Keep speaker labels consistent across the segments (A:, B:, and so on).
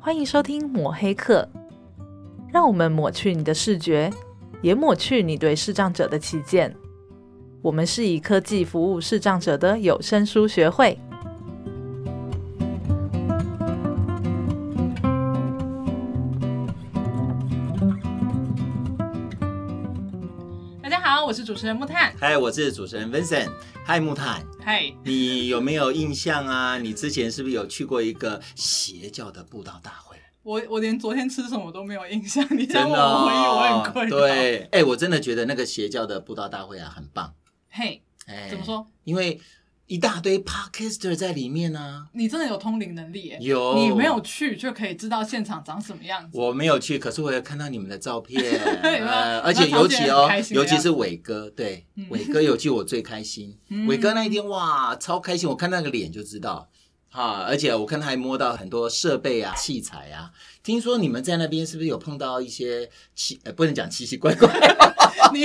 A: 欢迎收听抹黑课，让我们抹去你的视觉，也抹去你对视障者的偏见。我们是以科技服务视障者的有声书学会。大家好，我是主持人木炭。
B: 嗨，我是主持人 Vincent。嗨，木炭，
A: 嗨，
B: 你有没有印象啊？你之前是不是有去过一个邪教的布道大 会？
A: 我我连昨天吃什么都没有印象，你这样
B: 真的、
A: 问我回忆我
B: 哦
A: 很困，扰。，
B: 对，哎、我真的觉得那个邪教的布道大会啊，很棒。
A: 嘿、
B: 哎、
A: 怎么？说？
B: 因为一大堆 podcaster 在里面呢、
A: 你真的有通灵能力耶！
B: 有
A: 你没有？去就可以知道现场长什么样子。
B: 我没有去，可是我有看到你们的照 片，
A: 有没有
B: 呃而且尤其
A: 有没有超级很
B: 哦
A: 开，心的
B: 尤
A: 样子
B: 其是伟哥，对，
A: 嗯
B: 伟哥有去我最开心。
A: 嗯
B: 伟哥那一天哇，超开心，我看那个脸就知道。啊！而且我看他还摸到很多设备啊、器材啊。听说你们在那边是不是有碰到一些奇呃，不能讲奇奇怪怪，
A: 你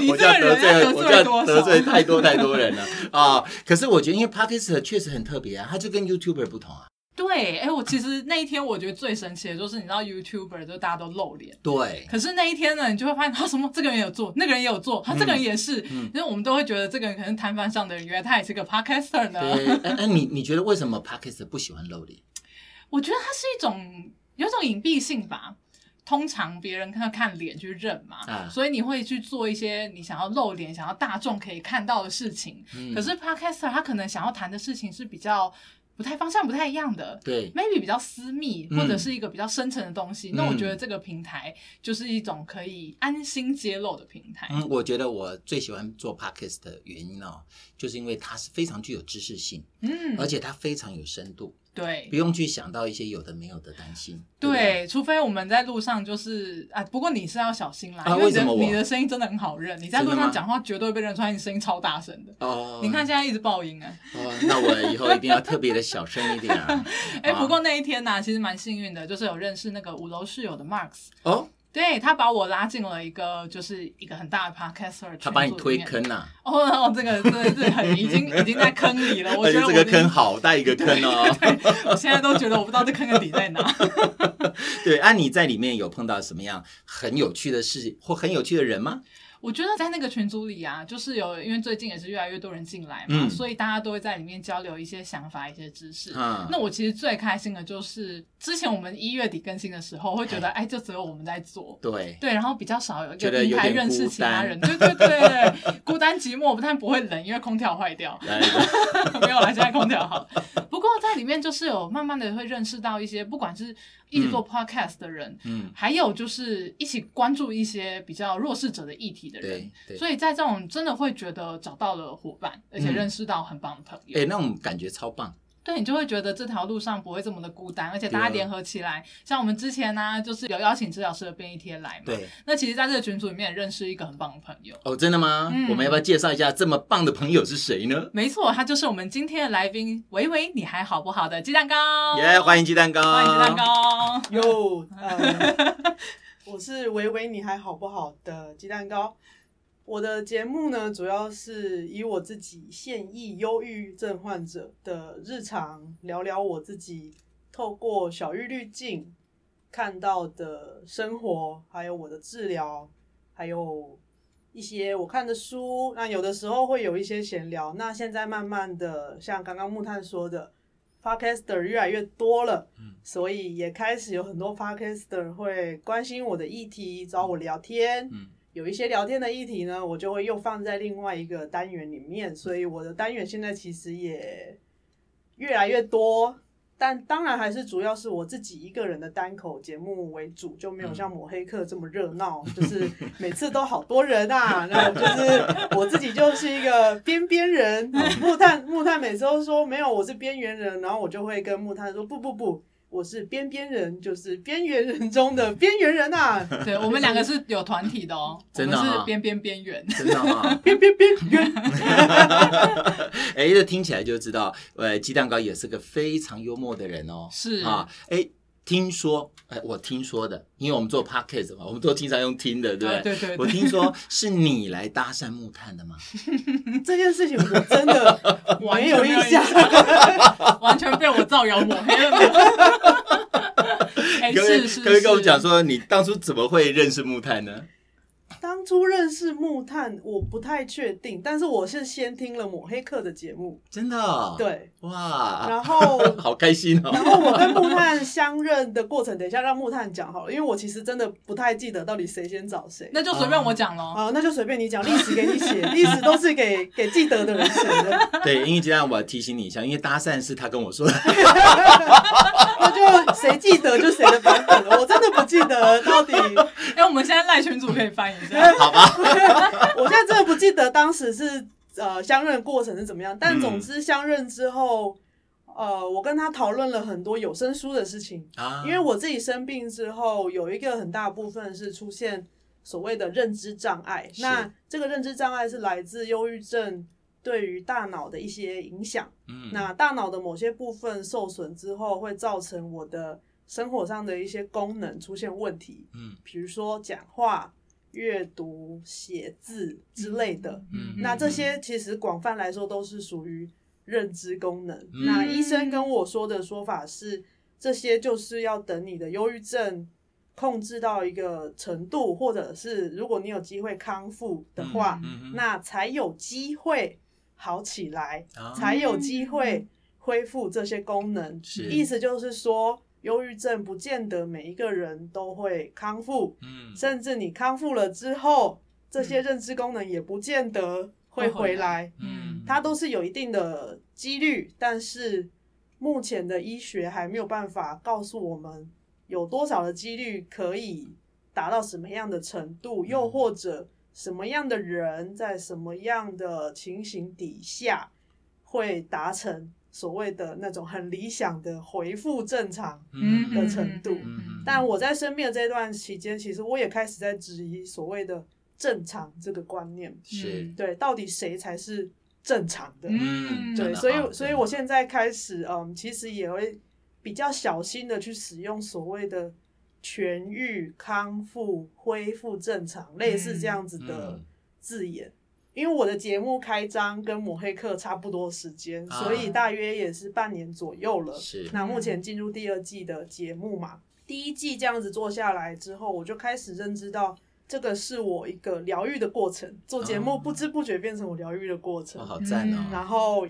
A: 你
B: 我
A: 这
B: 这
A: 个
B: 样得
A: 人
B: 罪
A: 要
B: 了我这
A: 罪多
B: 样得
A: 少？
B: 罪太多太多人了啊！可是我觉得，因为 p o d c a s t 确实很特别啊，它就跟 YouTuber 不同啊。
A: 对，哎、我其实那一天我觉得最神奇的就是，你知道 YouTuber 就大家都露脸，
B: 对，
A: 可是那一天呢，你就会发现他什么这个人有做，那个人也有做，他这
B: 嗯
A: 个人也是，因为我们都会觉得这个人可能是摊贩上的人，原来他也是个 podcaster 呢。
B: 对，哎哎，你你觉得为什么 p o d c a s t 不喜欢露脸？
A: 我觉得它是一种有一种隐蔽性吧。通常别人看看脸去认嘛，
B: 啊
A: 所以你会去做一些你想要露脸、想要大众可以看到的事情。
B: 嗯
A: 可是 podcaster 他可能想要谈的事情是比较不太方向不太一样的。
B: 对，
A: maybe 比较私密，
B: 嗯
A: 或者是一个比较深层的东西，那我
B: 嗯
A: 觉得这个平台就是一种可以安心揭露的平台。
B: 嗯，我觉得我最喜欢做 p o d c a s t 的原因哦，就是因为它是非常具有知识性，
A: 嗯，
B: 而且它非常有深度，
A: 对
B: 不用去想到一些有的没有的担心。不
A: 对，除非我们在路上就是啊，不过你是要小心啦，
B: 啊
A: 因为你的
B: 为什么我
A: 你的声音真的很好认，你在路
B: 真的
A: 上
B: 吗
A: 讲话绝对会被认出来，你声音超大声的。
B: 哦，
A: 你看，现在一直爆音 啊！。
B: 哦，那我以后一定要特别的小声一点啊
A: 哎、
B: 啊
A: 不过那一天呢、其实蛮幸运的，就是有认识那个五楼室友的 Marks，
B: 哦，
A: 对他把我拉进了一个就是一个很大的 podcaster，
B: 他把你
A: 群组里
B: 推
A: 面
B: 坑啊。
A: 哦，哦这个这这很已经已经在坑里 了，我
B: 而
A: 觉
B: 且
A: 得我
B: 哎这个
A: 已经
B: 坑，好大一个坑 哦。
A: 我现在都觉得我不知道这坑的底在哪。
B: 对，啊，你在里面有碰到什么样很有趣的事或很有趣的人吗？
A: 我觉得在那个群组里啊，就是有因为最近也是越来越多人进来嘛，
B: 嗯
A: 所以大家都会在里面交流一些想法、一些知识。
B: 啊，
A: 那我其实最开心的就是之前我们一月底更新的时候，会觉得哎，就只有我们在做。
B: 对，
A: 对，然后比较少有一
B: 觉
A: 个
B: 得
A: 平
B: 有
A: 台
B: 点
A: 认识其他
B: 孤单
A: 人，对对对对， 孤单寂寞，但不会冷，因为空调坏掉。
B: 来来来
A: 没有啦，现在空调好。不过在里面就是有慢慢的会认识到一些，不管是一直做 podcast 的人，
B: 嗯，
A: 还有就是一起关注一些比较弱势者的议题的人
B: 对。对。
A: 所以在这种真的会觉得找到了伙伴，而且
B: 嗯
A: 认识到很棒的朋友，
B: 哎、那种感觉超棒，
A: 对你就会觉得这条路上不会这么的孤单，而且大家
B: 对啊
A: 联合起来，像我们之前呢、啊就是有邀请治疗师的便利贴来嘛，
B: 对，
A: 那其实在这个群组里面也认识一个很棒的朋友，
B: 哦，真的吗？
A: 嗯
B: 我们要不要介绍一下这么棒的朋友是谁呢？
A: 没错，他就是我们今天的来宾，维维，你还好不好的鸡蛋糕，
B: 耶、欢迎哦鸡蛋糕，
A: 哦欢迎鸡蛋。糕。
C: 哟，呃，我是维维，你还好不好的鸡蛋糕。我的节目呢，主要是以我自己现役忧郁症患者的日常聊聊我自己，透过小玉滤镜看到的生活，还有我的治疗，还有一些我看的书。那有的时候会有一些闲聊。那现在慢慢的，像刚刚木炭说的，podcaster 越来越多了。所以也开始有很多 podcaster 会关心我的议题，找我聊天。
B: 嗯，
C: 有一些聊天的议题呢，我就会又放在另外一个单元里面，所以我的单元现在其实也越来越多。但当然还是主要是我自己一个人的单口节目为主，就没有像抹黑客这么热闹，就是每次都好多人啊。 然后就是我自己就是一个边边人，哦木炭木炭每次都说没有，我是边缘人，然后我就会跟木炭说不不不，我是边边人，就是边缘人中的边缘人啊，
A: 对我们两个是有团体的哦，
B: 真的
A: 我
B: 啊
A: 们是边边边缘。
B: 真的哈、哦，
C: 边边边缘。
B: 哎，这听起来就知道，呃，鸡蛋糕也是个非常幽默的人哦。
A: 是
B: 啊，哎，听说，哎，我听说的，因为我们做 podcast 嘛，我们都经常用听的，对不
A: 啊
B: 对？
A: 对对
B: 我
A: 对，
B: 听说是你来搭讪木炭的吗？
C: 这件事情我真的
A: 完
C: 没
A: 全
C: 有
A: 没
C: 印
A: 有印
C: 象
A: 象。完全被我造谣抹黑了。
B: 可不可以
A: 哎是是
B: 可不可以跟我
A: 是
B: 们讲说，你当初怎么会认识木炭呢？
C: 当初认识木炭，我不太确定，但是我是先听了抹黑客的节目，
B: 真的、哦？，
C: 对，
B: 哇，
C: 然后
B: 好开心
C: 然
B: 哦！
C: 后我跟木炭相认的过程，等一下让木炭讲好了，因为我其实真的不太记得到底谁先找谁。
A: 那就随便我讲
B: 嗯
A: 喽。
C: 好，那就随便你讲，历史给你 写，历史都是给给记得的人写的，
B: 对，因为这样我要提醒你一下，因为搭讪是他跟我说的，
C: 那就谁记得就谁的版本了。我真的不记得到底，
A: 哎，我们现在赖群主可以翻一下。
B: 好吧？
C: 我现在真的不记得当时是呃相认过程是怎么样，
B: 嗯
C: 但总之相认之后，呃，我跟他讨论了很多有声书的事情，
B: 啊
C: 因为我自己生病之后，有一个很大部分是出现所谓的认知障碍。
B: 是
C: 那这个认知障碍是来自忧郁症对于大脑的一些影响。
B: 嗯
C: 那大脑的某些部分受损之后，会造成我的生活上的一些功能出现问题，
B: 嗯
C: 比如说讲话、阅读、写字 之类的。
B: 嗯
C: 那这些其实广泛来说都是属于认知功能。
B: 嗯
C: 那医生跟我说的说法是，这些就是要等你的忧郁症控制到一个程度，或者是如果你有机会康复的话，
B: 嗯
C: 那才有机会好起来，
B: 那
C: 才有机会恢复这些功能。
B: 哦是
C: 意思就是说，忧郁症不见得每一个人都会康复，
B: 嗯
C: 甚至你康复了之后，这些认知功能也不见得嗯会回来，
B: 嗯
C: 它都是有一定的几率，但是目前的医学还没有办法告诉我们有多少的几率可以达到什么样的程度，又或者什么样的人在什么样的情形底下会达成所谓的那种很理想的回复正常。
A: 嗯
C: 的程度
A: 嗯
C: 但我在生病的这段期间，其实我也开始在质疑所谓的正常这个观念，
B: 是
C: 对，到底谁才是正常的？
A: 嗯
C: 对，
B: 真的
C: 所
B: 好
C: 以所
B: 真
C: 以
B: 的哦
C: 我现在开始，嗯，其实也会比较小心的去使用所谓的痊愈、康复、恢复正常，类似这样子的
B: 嗯
C: 字眼。因为我的节目开张跟抹黑课差不多时间，
B: 啊
C: 所以大约也是半年左右了。
B: 是
C: 那目前进入第二季的节目嘛，第一季这样子做下来之后，我就开始认知到这个是我一个疗愈的过程。做节目
B: 哦
C: 不知不觉变成我疗愈的过
B: 哇，
C: 程，
B: 好赞
A: 嗯
B: 哦！
C: 然后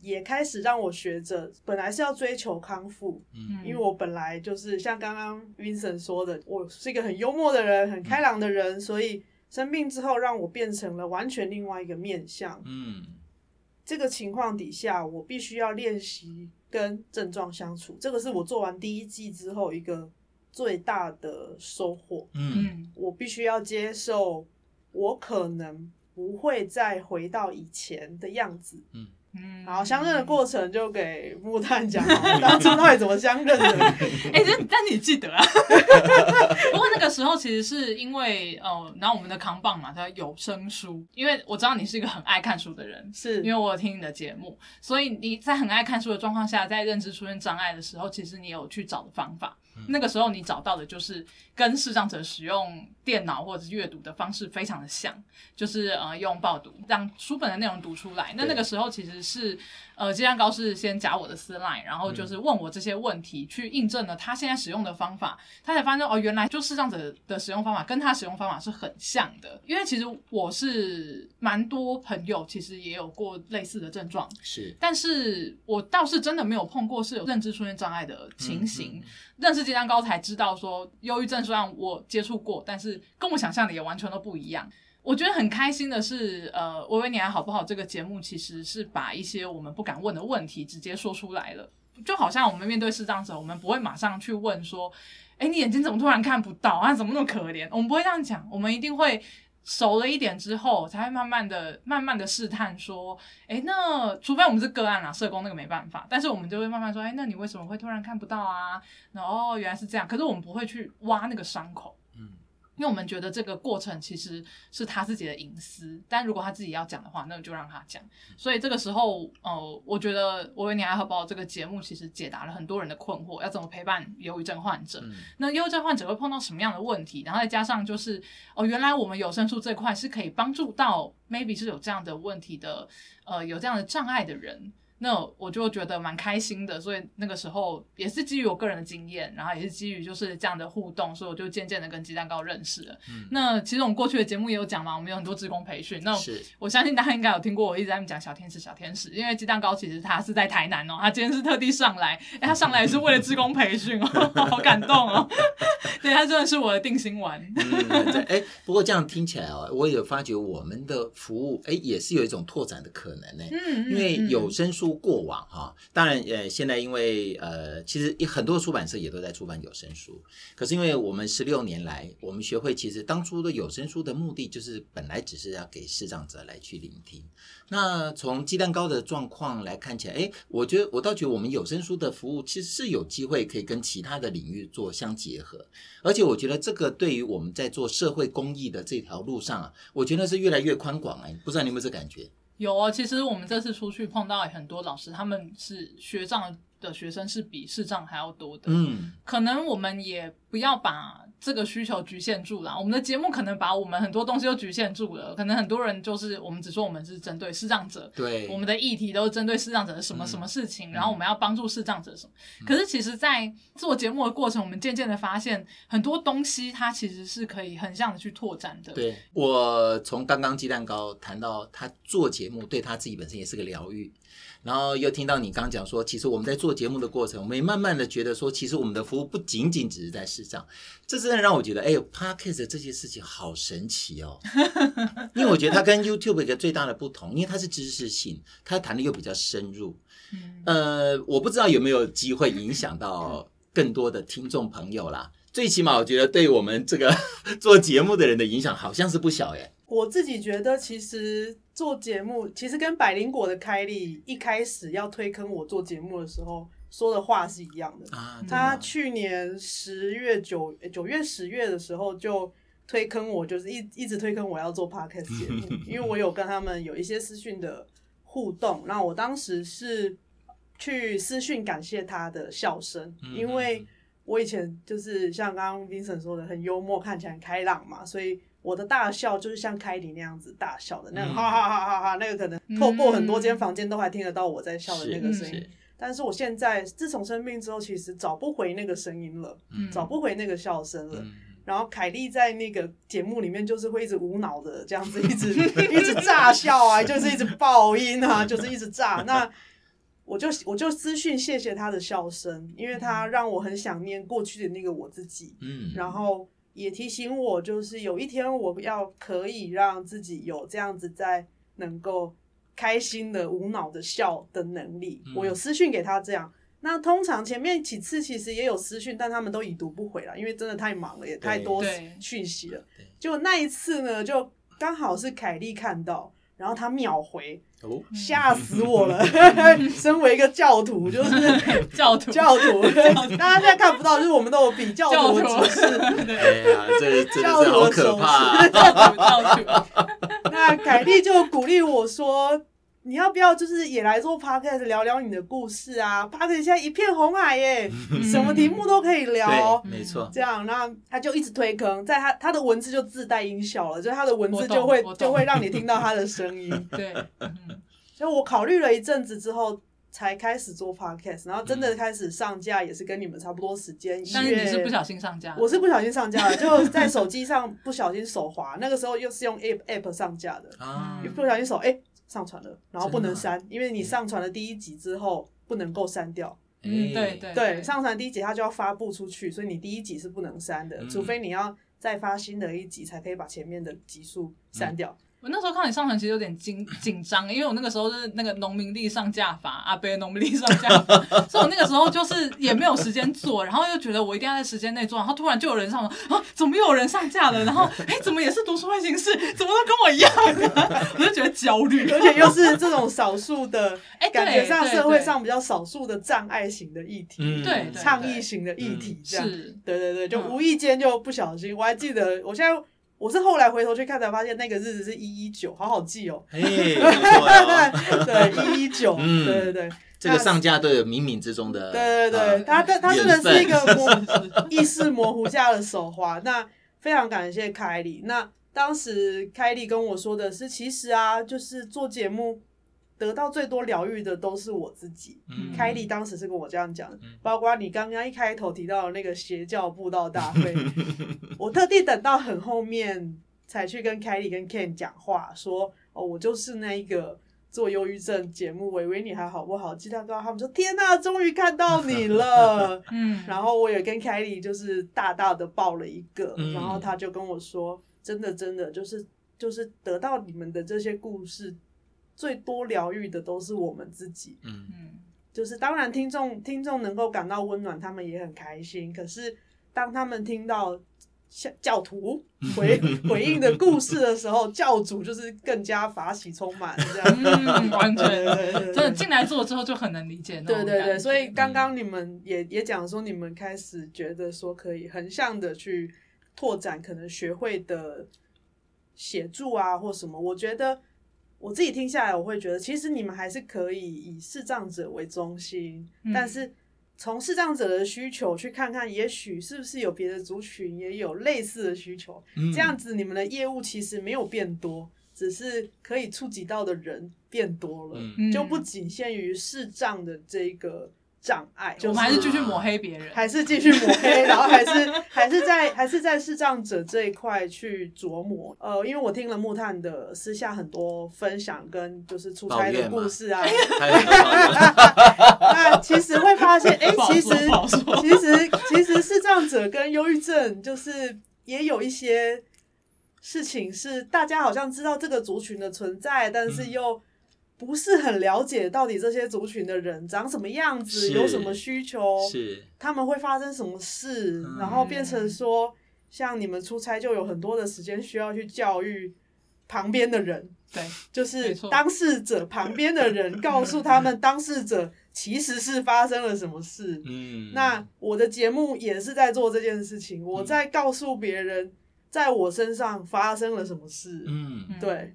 C: 也开始让我学着，本来是要追求康复，
B: 嗯
C: 因为我本来就是像刚刚 Vincent 说的，我是一个很幽默的人，很开朗的人，所以生病之后让我变成了完全另外一个面相。
B: 嗯
C: 这个情况底下，我必须要练习跟症状相处，这个是我做完第一季之后一个最大的收获。
B: 嗯
A: 嗯
C: 我必须要接受，我可能不会再回到以前的样子。
A: 嗯
C: 好，相认的过程就给木炭讲好了，当初到底怎么相认的？
B: 嗯
A: 哎、但但你记得啊？ 不过那个时候其实是因为呃，然后我们的扛棒嘛，它有声书，因为我知道你是一个很爱看书的人，
C: 是
A: 因为我有听你的节目，所以你在很爱看书的状况下，在认知出现障碍的时候，其实你有去找的方法。那个时候你找到的就是跟视障者使用电脑或者是阅读的方式非常的像，就是呃用报读让书本的内容读出来。那
B: 对
A: 那个时候其实是呃，鸡蛋糕是先加我的私 line，然后
B: 嗯
A: 就是问我这些问题，去印证了他现在使用的方法，他才发现哦，原来就视障者的使用方法跟他使用方法是很像的。因为其实我是蛮多朋友其实也有过类似的症状，
B: 是
A: 但是我倒是真的没有碰过是有认知出现障碍的情形。
B: 嗯
A: 认识鸡蛋糕才知道说，忧郁症虽然我接触过，但是跟我想象的也完全都不一样。我觉得很开心的是，呃，微微你还好不好？这个节目其实是把一些我们不敢问的问题直接说出来了，就好像我们面对视障者，我们不会马上去问说，哎，你眼睛怎么突然看不到啊？怎么那么可怜？我们不会这样讲，我们一定会熟了一点之后，才会慢慢的、慢慢的试探说，哎，那除非我们是个案啊，社工那个没办法，但是我们就会慢慢说，哎，那你为什么会突然看不到啊？然后哦原来是这样，可是我们不会去挖那个伤口。
B: 嗯
A: 因为我们觉得这个过程其实是他自己的隐私，但如果他自己要讲的话，那就让他讲。所以这个时候，呃，我觉得《我为你爱好不好》这个节目其实解答了很多人的困惑，要怎么陪伴忧郁症患者。
B: 嗯
A: 那忧郁症患者会碰到什么样的问题？然后再加上就是哦，原来我们有声书这块是可以帮助到 maybe 是有这样的问题的，呃，有这样的障碍的人。那我就觉得蛮开心的，所以那个时候也是基于我个人的经验，然后也是基于就是这样的互动，所以我就渐渐的跟鸡蛋糕认识了。
B: 嗯
A: 那其实我们过去的节目也有讲嘛，我们有很多职工培训，那
B: 是
A: 我相信大家应该有听过，我一直在那边讲小天使，小天使，因为鸡蛋糕其实他是在台南哦，他今天是特地上来，哎、他上来也是为了职工培训哦， 好感动哦，对他真的是我的定心丸，
B: 嗯，对，哎，不过这样听起来哦，我有发觉我们的服务，哎，也是有一种拓展的可能呢。
A: 嗯，
B: 因为
A: 嗯
B: 有声书过往哈、当然呃，现在因为呃，其实很多出版社也都在出版有声书，可是因为我们十六年来，我们学会其实当初的有声书的目的就是本来只是要给视障者来去聆听。那从鸡蛋糕的状况来看起来，哎，我觉得我倒觉得我们有声书的服务其实是有机会可以跟其他的领域做相结合，而且我觉得这个对于我们在做社会公益的这条路上啊，我觉得是越来越宽广哎，不知道你有没有这感觉？
A: 有哦，其实我们这次出去碰到很多老师，他们是学障的学生是比视障还要多的，
B: 嗯，
A: 可能我们也不要把这个需求局限住啦。我们的节目可能把我们很多东西都局限住了，可能很多人就是我们只说我们是针对视障者，
B: 对，
A: 我们的议题都是针对视障者的什么
B: 嗯
A: 什么事情，然后我们要帮助视障者什么。可是其实，在做节目的过程，我们渐渐的发现很多东西它其实是可以横向的去拓展的。
B: 对我从刚刚鸡蛋糕谈到他做节目，对他自己本身也是个疗愈，然后又听到你刚刚讲说，其实我们在做节目的过程，我们也慢慢的觉得说，其实我们的服务不仅仅只是在视障，这真的让我觉得，哎呦，podcast 这些事情好神奇哦，因为我觉得它跟 YouTube 有一个最大的不同，因为它是知识性，它谈的又比较深入，
A: 嗯，
B: 呃，我不知道有没有机会影响到更多的听众朋友啦。最起码我觉得对我们这个 做节目的人的影响好像是不小耶。
C: 我自己觉得，其实做节目，其实跟百灵果的开立一开始要推坑我做节目的时候说的话是一样的。
B: 啊，真的
C: 嗯他
B: 吗
C: 去年十月九九月十月的时候就推坑我，就是一一直推坑我 要做 podcast 节目，因为我有跟他们有一些私讯的互动。那我当时是去私讯感谢他的笑声，
B: 嗯
C: 因为我以前就是像刚刚 Vincent 说的，很幽默，看起来很开朗嘛，所以。我的大笑就是像凯莉那样子大笑的那种，
B: 嗯
C: 哈哈哈哈哈，那个可能透过很多间房间都还听得到我在笑的那个
A: 嗯
C: 声音。
B: 是
C: 但是我现在自从生病之后，其实找不回那个声音了，
A: 嗯
C: 找不回那个笑声了。
B: 嗯
C: 然后凯莉在那个节目里面就是会一直无脑的这样子，一直一直炸笑啊，就是一直爆音啊，就是一直炸。那我就我就私讯谢谢她的笑声，因为她让我很想念过去的那个我自己，
B: 嗯，
C: 然后也提醒我，就是有一天我要可以让自己有这样子在能够开心的、无脑的笑的能力
B: 嗯。
C: 我有私讯给他这样。那通常前面几次其实也有私讯，但他们都已读不回了，因为真的太忙了，也太多
A: 对
C: 讯息了
B: 对。
C: 就那一次呢，就刚好是凯莉看到，然后她秒回，
B: 哦，
A: 嗯
C: 吓死我 了！身为一个教徒，就是
A: 教徒，
C: 教徒，大家现在看不到，就是我们都有比教
A: 教
C: 徒
A: 徒
C: 的指示。
B: 哎呀，这真的是好可怕、啊。
A: 教徒，教徒。
C: 那凯莉就鼓励我说：“你要不要就是也来做 podcast 聊聊你的故事啊？podcast 现在一片红海耶，
A: 嗯
C: 什么题目都可以聊。
B: 对，没错，
C: 嗯这样，那他就一直推坑，在他他的文字就自带音效了，就他的文
A: 我
C: 字
A: 懂
C: 就会
A: 我懂
C: 就会让你听到他的声音。
A: 对， 嗯
C: 所以我考虑了一阵子之后，才开始做 podcast，然后真的开始上架也是跟你们差不多时间，一
A: 但是
C: 月
A: 你是不小心上架，
C: 我是不小心上架的，就在手机上不小心手滑，那个时候又是用 app app 上架的，
B: 啊
A: 嗯，
C: 不小心手哎、上传了，然后不能
B: 真的嗯
C: 删，因为你上传了第一集之后不能够删掉。
A: 嗯，
B: 哎
A: 对对
C: 对，上传第一集它就要发布出去，所以你第一集是不能删的，
B: 嗯
C: 除非你要再发新的一集才可以把前面的集数
B: 嗯
C: 删掉。
A: 我那时候看你上传，其实有点紧紧张，因为我那个时候是那个农民历上架法，阿贝农民历上架法， 所以我那个时候就是也没有时间做，然后又觉得我一定要在时间内做，然后突然就有人上啊，怎么又有人上架了？然后哎、怎么也是读书会形式，怎么都跟我一样、我就觉得焦虑。
C: 而且又是这种少数的，
A: 哎、对
C: 感觉上
A: 对
C: 社会上比较少数的障碍型的议题，
B: 嗯
A: 对对
C: 倡议型的议题
B: 嗯，
C: 这样。
A: 是
C: 对对对，就
A: 嗯
C: 无意间就不小心，我还记得，我现在我是后来回头去看才发现那个日子是一一九，好好记哦。
B: 哎，不错 哦，
C: 对，一一九，
B: 嗯
C: 对对对，
B: 这个上架都有冥冥之中的，
C: 对对对，
B: 啊
C: 他他他真的是一
B: 缘
C: 个模意识模糊下的手滑。那非常感谢凯莉。那当时凯莉跟我说的是，其实啊，就是做节目得到最多疗愈的都是我自己。
B: 嗯
C: 凯莉当时是跟我这样讲的
B: 嗯，
C: 包括你刚刚一开头提到的那个邪教布道大会， 我特地等到很后面才去跟凯莉跟 Ken 讲话，说哦，我就是那一个做忧郁症节目，维维你还好不好？鸡蛋糕，他们说天呐，终于看到你了。
A: 嗯，
C: 然后我也跟凯莉就是大大的抱了一个，
B: 嗯
C: 然后他就跟我说，真的真的就是就是得到你们的这些故事，最多疗愈的都是我们自己。
B: 嗯
A: 嗯
C: 就是当然听众听众能够感到温暖，他们也很开心。可是当他们听到教教徒回回应的故事的时候，教主就是更加法喜充满这样。
A: 嗯，完
C: 对
A: 全。
C: 对对
A: 真的
C: 对。
A: 进来做之后就很能理解那
C: 对
A: 种
C: 对
A: 感觉
C: 对，所以刚刚你们也也讲说，你们开始觉得说可以横向的去拓展可能学会的协助啊，或什么。我觉得我自己听下来，我会觉得其实你们还是可以以视障者为中心，
A: 嗯
C: 但是从视障者的需求去看看，也许是不是有别的族群也有类似的需求。
B: 嗯
C: 这样子，你们的业务其实没有变多，只是可以触及到的人变多了。
B: 嗯
A: 嗯
C: 就不仅限于视障的这个障碍，就
A: 我
C: 是
A: 们还是继续抹黑别人。
C: 还是继续抹 黑，然后还是还是在还是在视障者这一块去琢磨。呃，因为我听了木炭的私下很多分享跟就是出差的故事 啊，
B: 还有
C: 那其实会 发现，哎、
A: 不好
C: 其
A: 说不好
C: 实
A: 说
C: 其实其实视障者跟忧郁症就是也有一些事情是大家好像知道这个族群的存在，但是
B: 嗯
C: 又不是很了解到底这些族群的人长什么样子，
B: 是
C: 有什么需求，
B: 是
C: 他们会发生什么事，
B: 嗯
C: 然后变成说，像你们出差就有很多的时间需要去教育旁边的人，
A: 对，
C: 就是
A: 没错
C: 当事者旁边的人告诉他们当事者其实是发生了什么事。
B: 嗯，
C: 那我的节目也是在做这件事情，我在告诉别人在我身上发生了什么事。
B: 嗯
A: 嗯
C: 对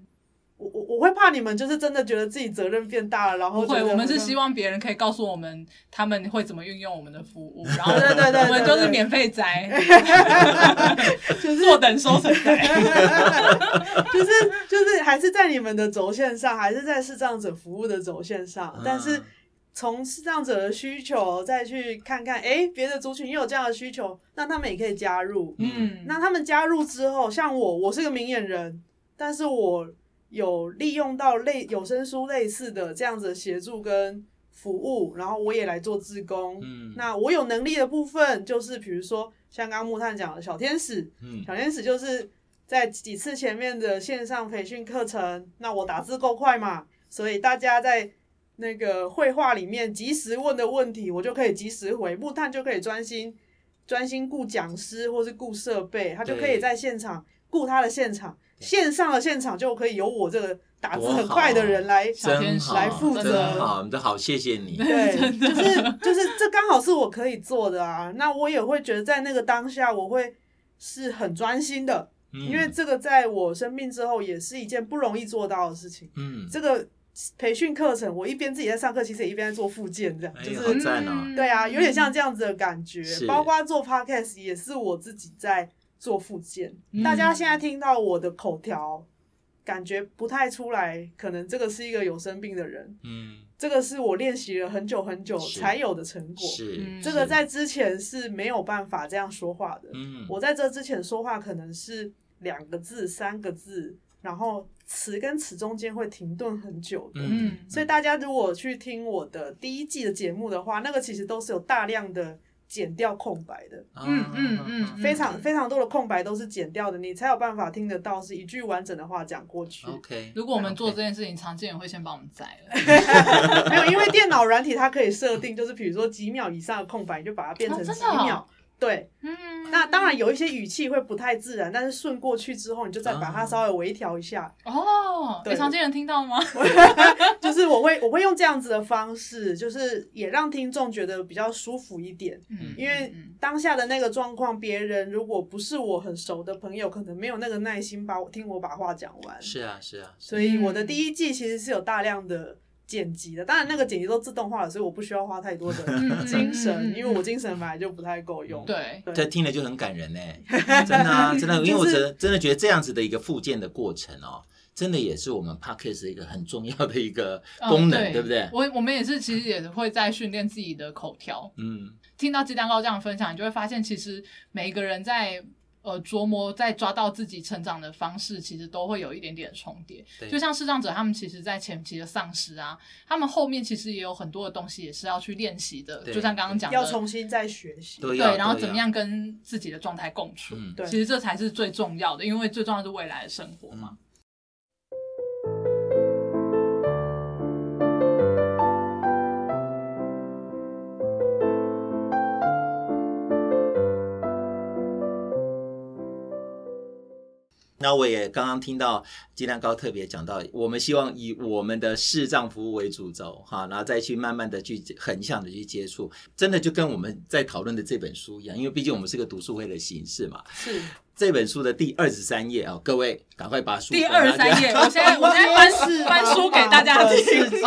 C: 我我我会怕你们就是真的觉得自己责任变大了，然后
A: 不会，
C: 觉得
A: 我们是
C: 好像
A: 希望别人可以告诉我们他们会怎么运用我们的服 务，然后
C: 对对对对
A: 我们就
C: 对
A: 是免费宅，
C: 就是
A: 坐等收成宅。
C: 就是就是还是在你们的轴线上，还是在视障者服务的轴线上，但
A: 嗯
C: 是从视障者的需求再去看看，诶，别的族群也有这样的需求，那他们也可以加入。
A: 嗯，
C: 那他们加入之后，像我，我是个明眼人，但是我有利用到类有声书类似的这样子的协助跟服务，然后我也来做志工。
B: 嗯
C: 那我有能力的部分，就是比如说像刚刚木炭讲的小天使，
B: 嗯
C: 小天使就是在几次前面的线上培训课程，那我打字够快嘛，所以大家在那个绘画里面及时问的问题，我就可以及时回，木炭就可以专心专心顾讲师或是顾设备，他就可以
B: 对
C: 在现场顾他的现场，
B: 对
C: 线上的现场就可以由我这个打字
B: 多
C: 很快的
B: 好啊
C: 人来
A: 小天
B: 真
A: 使
B: 好，
C: 来负责
B: 真好，你的好，谢谢你。
C: 对，就是就是这刚好是我可以做的啊。那我也会觉得在那个当下，我会是很专心的，
B: 嗯
C: 因为这个在我生病之后也是一件不容易做到的事情。
B: 嗯，
C: 这个培训课程，我一边自己在上课，其实也一边在做复健，这样
B: 哎
C: 就
B: 呀好
C: 是
B: 赞哦
A: 嗯
C: 对啊，有点像这样子的感觉。
B: 是
C: 包括做 podcast 也是我自己在做复健。
A: 嗯
C: 大家现在听到我的口条，感觉不太出来，可能这个是一个有生病的人。
B: 嗯
C: 这个是我练习了很久很久
B: 是
C: 才有的成果。
B: 是
A: 嗯
C: 这个在之前是没有办法这样说话的。
B: 嗯
C: 我在这之前说话可能是两个字、三个字，然后词跟词中间会停顿很久的。
A: 嗯
C: 所以大家如果去听我的第一季的节目的话，那个其实都是有大量的剪掉空白的，
B: 啊
A: 嗯嗯嗯嗯
C: 非常非常多的空白都是剪掉的，你才有办法听得到是一句完整的话讲过去。
A: 哦
B: OK，
A: 如果我们做这件事情，常见人会先帮我们宰了。
C: 没有，因为电脑软体它可以设定，就是比如说几秒以上的空白，你就把它变成
A: 哦
C: 几
A: 真的哦
C: 秒。对，
A: 嗯，
C: 那当然有一些语气会不太自然，但是顺过去之后，你就再把它
B: 啊
C: 稍微微调一下。
A: 哦，
C: 对
A: 有常见人听到吗？
C: 就是我会我会用这样子的方式，就是也让听众觉得比较舒服一点，
A: 嗯
C: 因为
A: 嗯
C: 当下的那个状况，别人如果不是我很熟的朋友，可能没有那个耐心把我听我把话讲完。
B: 是啊是啊，
C: 所以我的第一季其实是有大量的剪辑的，当然那个剪辑都自动化了，所以我不需要花太多 的
A: 嗯
C: 精
A: 嗯嗯
C: 神，
A: 嗯
C: 因为我精神本来就不太够用。
A: 对，
B: 这
C: 对
B: 听了就很感人呢，真的啊真的，因为我真的真的觉得这样子的一个复健的过程哦，真的也是我们 podcast 的一个很重要的一个功能，
A: 嗯
B: 对不对？
A: 我我们也是，其实也会在训练自己的口条。
B: 嗯，
A: 听到鸡蛋糕这样的分享，你就会发现，其实每一个人在呃琢磨、在抓到自己成长的方式，其实都会有一点点重叠。
B: 对
A: 就像视障者，他们其实在前期的丧失啊，他们后面其实也有很多的东西也是要去练习的。
B: 对
A: 就像刚刚讲的，
C: 要重新再学习。
B: 都要
A: 对，然后
B: 都
A: 怎么
B: 要
A: 样跟自己的状态共处。
B: 嗯，
C: 对
A: 其实这才是最重要的，因为最重要的是未来的生活
B: 嗯
A: 嘛。
B: 那我也刚刚听到鸡蛋糕特别讲到，我们希望以我们的视障服务为主轴哈，然后再去慢慢的去横向的去接触，真的就跟我们在讨论的这本书一样，因为毕竟我们是个读书会的形式嘛。
C: 是，
B: 这本书的第二十三页啊，各位赶快把书
A: 第
B: 本啊
A: 二
B: 拿
A: 十三
B: 起来，
A: 页，我现在我现在翻翻书给大家 听。
C: 世界，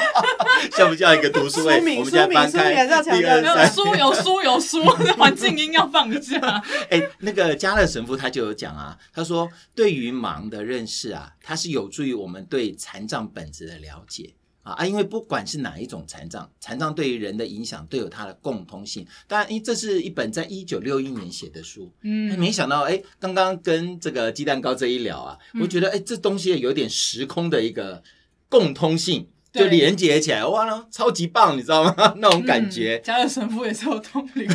B: 像不像一个读书会？
C: 书名
B: 我们现在翻
C: 书名书名
B: 开
C: 还是要强
B: 第
C: 调
B: 二
A: 没
B: 十
C: 一下
A: 有
B: 三
A: 书有书有书， 环境音要放一下。
B: 哎，那个加勒神父他就有讲啊，他说对于盲的认识啊，它是有助于我们对残障本质的了解。啊啊！因为不管是哪一种残障，残障对于人的影响都有它的共通性。当然，因为这是一本在一九六一年写的书，哎
A: 嗯，
B: 没想到哎，刚刚跟这个鸡蛋糕这一聊啊，
A: 嗯
B: 我觉得哎，这东西有点时空的一个共通性，就
A: 对
B: 连接起来，哇，超级棒，你知道吗？ 那种感
A: 嗯。
B: 觉，
A: 加勒神父也是有通灵。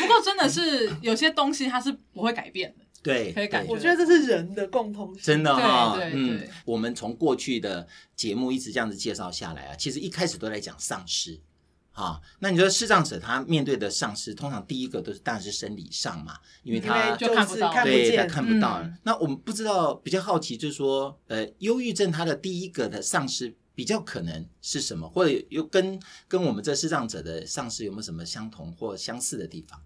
A: 不过真的是有些东西它是不会改变的。
B: 对，
A: 可以感
B: 对
C: 我觉得这是人的共同性。
B: 真的哈、
A: 对对
B: 嗯
A: 对，
B: 我们从过去的节目一直这样子介绍下来啊，其实一开始都在讲丧失。啊，那你说视障者他面对的丧失，通常第一个都是当然是生理上嘛，因为
C: 因
B: 他
C: 为
A: 就看不
C: 是
A: 到
C: 看不
B: 对他
C: 见，
B: 看不到。
A: 嗯
B: 那我们不知道，比较好奇就是说，呃，忧郁症它的第一个的丧失比较可能是什么，或者又跟跟我们这视障者的丧失有没有什么相同或相似的地方？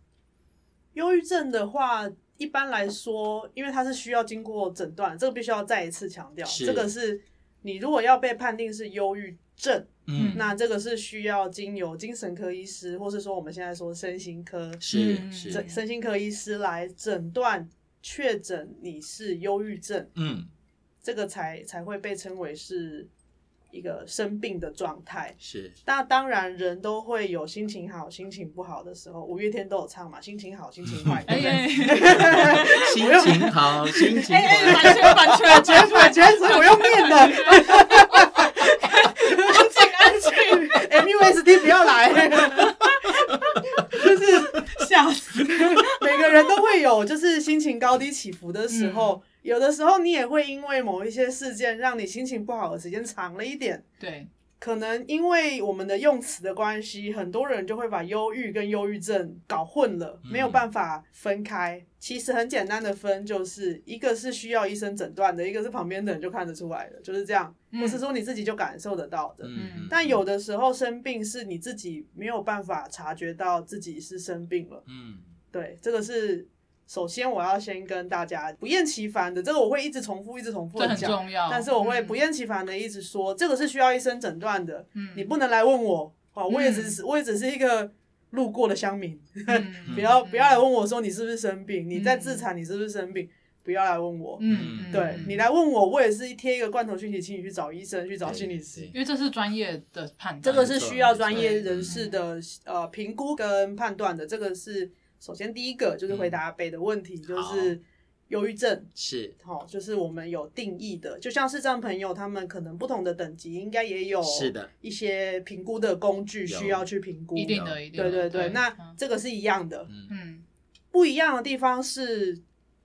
C: 忧郁症的话，一般来说，因为它是需要经过诊断，这个必须要再一次强调，
B: 是
C: 这个是你如果要被判定是忧郁症，
B: 嗯，
C: 那这个是需要经由精神科医师，或是说我们现在说身心科、
B: 是、
A: 嗯
B: 是
C: 身，身心科医师来诊断确诊你是忧郁症，
B: 嗯
C: 这个才才会被称为是一个生病的状态。
B: 是，
C: 那当然，人都会有心情好、心情不好的时候。五月天都有唱嘛，心情好、心 情坏。
A: 哎
C: 对不对
A: 哎
B: 心情好，心情
A: 哎哎，
B: 好。
A: 版权版权
C: 觉
A: 版
C: 得
A: 权，
C: 觉得，所以我又念了。
A: 安静安静，
C: MUSD 不要来， 就是
A: 吓死！
C: 每个人都会有，就是心情高低起伏的时候。有的时候你也会因为某一些事件，让你心情不好的时间长了一点。
A: 对，
C: 可能因为我们的用词的关系，很多人就会把忧郁跟忧郁症搞混了，
B: 嗯
C: 没有办法分开。其实很简单的分，就是一个是需要医生诊断的，一个是旁边的人就看得出来的，就是这样，
A: 嗯
C: 或是说你自己就感受得到的。
B: 嗯，
C: 但有的时候生病是你自己没有办法察觉到自己是生病了。
B: 嗯
C: 对，这个是首先我要先跟大家不厌其烦的，这个我会一直重复，一直重复
A: 这
C: 的
A: 很
C: 讲，
A: 重要。
C: 但是我会
A: 嗯
C: 不厌其烦的一直说，这个是需要医生诊断的，
A: 嗯
C: 你不能来问我啊，我也
A: 嗯
C: 只是、我也只是一个路过的乡民，
A: 嗯
C: 不要
A: 嗯
C: 不要来问我说你是不是生病，你在
A: 嗯
C: 自残你是不是生病，不要来问我，
A: 嗯，嗯
C: 对你，来问我，我也是贴一个罐头讯息，请你去找医生，去找心理师
B: 对。
A: 因为这是专业的判断，
C: 这个是
B: 没错
C: 需要
B: 没错
C: 专业人士的呃评估跟判断的。这个是首先第一个就是
B: 嗯
C: 回答北的问题，就是忧郁症，
B: 是
C: 好、就是我们有定义的，就像视障朋友他们可能不同的等级，应该也有
B: 是的，
C: 一些评估的工具
B: 有
C: 需要去评估。
A: 一定
B: 有
A: 的，一定
C: 对
A: 的。
C: 对对，那
A: 嗯
C: 这个是一样的。
B: 嗯
A: 嗯
C: 不一样的地方是，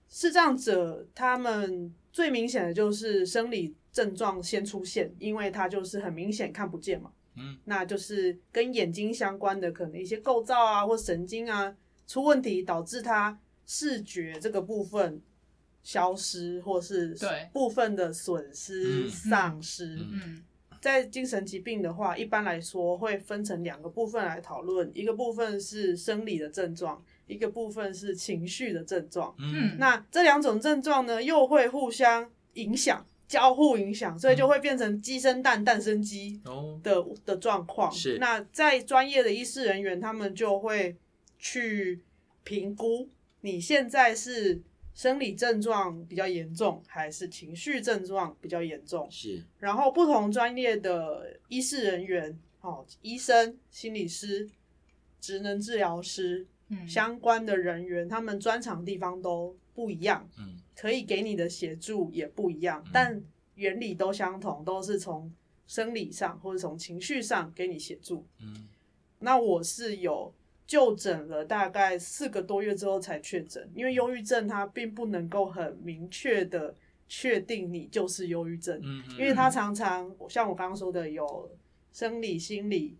C: 视障者他们最明显的就是生理症状先出现，因为他就是很明显看不见嘛。
B: 嗯
C: 那就是跟眼睛相关的，可能一些构造啊或神经啊出问题，导致他视觉这个部分消失，或是
A: 对
C: 部分的损失、
B: 嗯
C: 丧失。
B: 嗯
A: 嗯
C: 在精神疾病的话，一般来说会分成两个部分来讨论，一个部分是生理的症状，一个部分是情绪的症状。
A: 嗯，
C: 那这两种症状呢，又会互相影响。交互影响，所以
B: 嗯
C: 就会变成鸡生蛋，蛋生鸡。
B: 哦，
C: 的的状况。
B: 是
C: 那在专业的医师人员，他们就会去评估你现在是生理症状比较严重，还是情绪症状比较严重。
B: 是
C: 然后不同专业的医事人员，哦，医生、心理师、职能治疗师
A: 嗯，
C: 相关的人员，他们专长地方都不一样，
B: 嗯
C: 可以给你的协助也不一样
B: 嗯，
C: 但原理都相同，都是从生理上或者从情绪上给你协助。
B: 嗯
C: 那我是有就诊了，大概四个多月之后才确诊，因为忧郁症它并不能够很明确的确定你就是忧郁症，
B: 嗯，
C: 因为它常常像我刚刚说的有生理、心理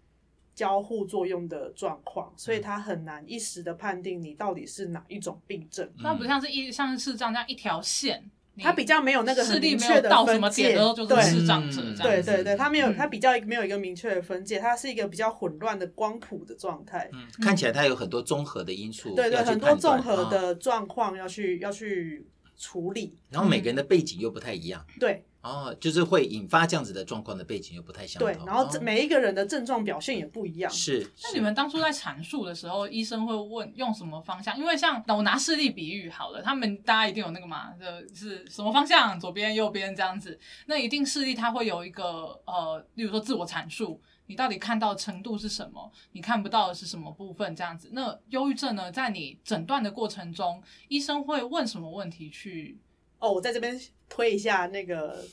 C: 交互作用的状况，所
B: 嗯
C: 以它很难一时的判定你到底是哪一种病症。
B: 嗯
A: 它不像是一像是这样这样一条线，你
C: 它比较没有那个
A: 视
C: 很
A: 力
C: 明
A: 没
C: 确
A: 有
C: 的
A: 到什么
C: 分
A: 点
C: 界
A: 的时候，，就是
C: 对
A: 视障者这
C: 对
A: 样子。
C: 对对，它没有，
A: 嗯
C: 它比较没有一个明确的分界，它是一个比较混乱的光谱的状态。
B: 嗯，看起来它有很多综合的因素，
C: 对对，
B: 要去
C: 很多
B: 判
C: 综
B: 断
C: 合，
B: 啊
C: 的状况要
A: 嗯
C: 去要去处理。
B: 然后每个人的背景又不太一样，
C: 对
B: 哦，就是会引发这样子的状况的背景又不太相同，
C: 对，然后这
B: 哦
C: 每一个人的症状表现也不一样。
B: 是，
A: 那
B: 是
A: 你们当初在阐述的时候，医生会问用什么方向？因为像那我拿视力比喻好了，他们大家一定有那个嘛，就是什么方向，左边、右边这样子。那一定视力它会有一个呃，例如说自我阐述，你到底看到的程度是什么，你看不到的是什么部分这样子。那忧郁症呢，在你诊断的过程中，医生会问什么问题去？
C: 哦，我在这边推一下那个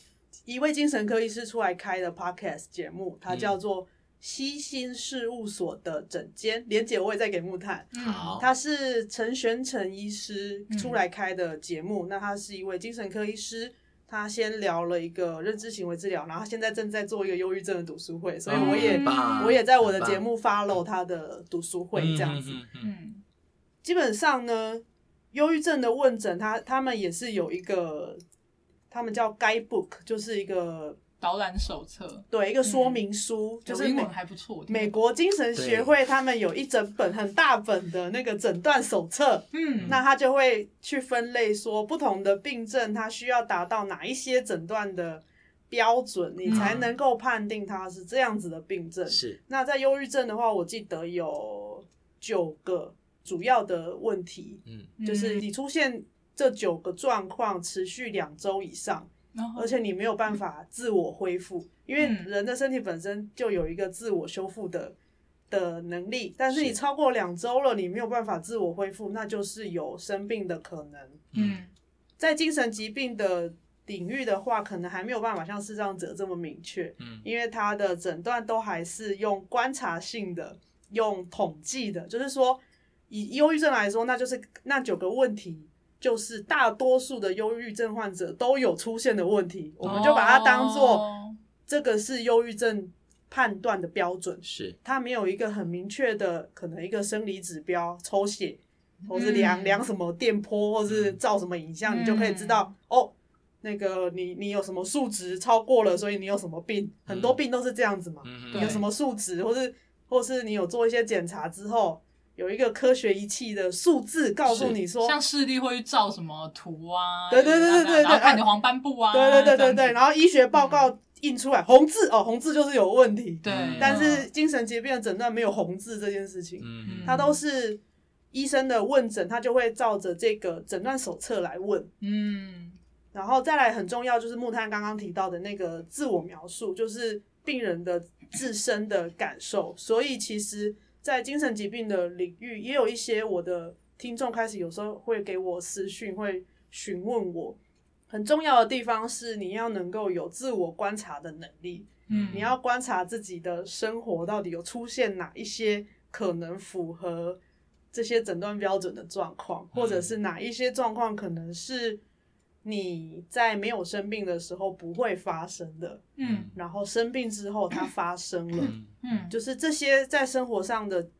C: 一位精神科医师出来开的 podcast 节目，它
B: 嗯
C: 叫做《西心事务所的诊间》，连姐我也在给木炭。
A: 嗯
B: 好，
C: 他是陈玄成医师
A: 嗯
C: 出来开的节目，那他是一位精神科医师，他先聊了一个认知行为治疗，然后他现在正在做一个忧郁症的读书
A: 嗯
C: 会，所以我也、
B: 嗯很棒
C: 我也在我的
B: 很棒
C: 节目 follow 他的读书会这样子。
B: 嗯嗯嗯
A: 嗯
C: 基本上呢，忧郁症的问诊，他他们也是有一个，他们叫 guide book，就是一个
A: 导览手册，
C: 对一个说明书，就是
A: 嗯英
C: 每
A: 文还不错。我听得
C: 美
A: 懂
C: 国精神学会他们有一整本很大本的那个诊断手册。
A: 嗯，
C: 那他就会去分类说不同的病症，它需要达到哪一些诊断的标准，你才能够判定它是这样子的病症。
B: 嗯是，
C: 那在忧郁症的话，我记得有九个主要的问题，
B: 嗯
C: 就是你出现这九个状况持续两周以上，
A: 然后
C: 而且你没有办法自我恢复，因为
A: 嗯
C: 人的身体本身就有一个自我修复的的能力，但是你
B: 是
C: 超过两周了，你没有办法自我恢复，那就是有生病的可能。
A: 嗯
C: 在精神疾病的领域的话，可能还没有办法像视障者这么明确，
B: 嗯
C: 因为他的诊断都还是用观察性的、用统计的，就是说，以忧郁症来说，那就是那九个问题。就是大多数的忧郁症患者都有出现的问题，我们就把它当做
A: 哦
C: 这个是忧郁症判断的标准。
B: 是，
C: 它没有一个很明确的，可能一个生理指标，抽血，或是量、
A: 嗯
C: 量什么电波，或是照什么影像，
A: 嗯
C: 你就可以知道哦，那个你你有什么数值超过了，所以你有什么病。很多病都是这样子嘛，
B: 嗯
A: 对
C: 有什么数值，或是或是你有做一些检查之后，有一个科学仪器的数字告诉你说。
A: 像视力会照什么图啊？
C: 对对对对对
A: 然后
C: 对
A: 看你的黄斑部啊。
C: 对对对
A: 这样子嗯
C: 对对，然后医学报告印出来、红字哦，红字就是有问题。
A: 对，
C: 但是精神疾病的诊断没有红字这件事情，
B: 嗯
C: 他都是医生的问诊，他就会照着这个诊断手册来问。
A: 嗯
C: 然后再来很重要就是木炭刚刚提到的那个自我描述，就是病人的自身的感受。所以其实，在精神疾病的领域，也有一些我的听众开始有时候会给我私讯，会询问我。很重要的地方是你要能够有自我观察的能力，
A: 嗯，
C: 你要观察自己的生活到底有出现哪一些可能符合这些诊断标准的状况，或者是哪一些状况可能是你在没有生病的时候不会发生的，
A: 嗯
C: 然后生病之后它发生了，
B: 嗯
A: 嗯
C: 就是这些在生活上的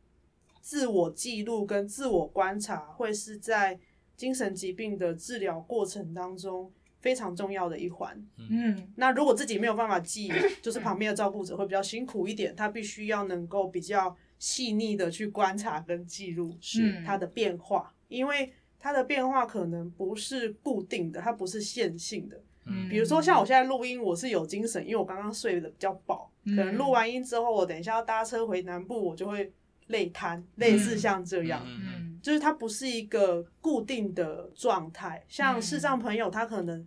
C: 自我记录跟自我观察，会是在精神疾病的治疗过程当中非常重要的一环。
A: 嗯
C: 那如果自己没有办法记， 就是旁边的照顾者会比较辛苦一点，他必须要能够比较细腻的去观察跟记录
B: 是，
C: 它的变化，因为它的变化可能不是固定的，它不是线性的。
A: 嗯
C: 比如说像我现在录音，我是有精神，因为我刚刚睡得比较饱，
A: 嗯
C: 可能录完音之后，我等一下要搭车回南部，我就会累瘫，类似像这样。
B: 嗯
A: 嗯
C: 就是它不是一个固定的状态。像视障朋友，他可能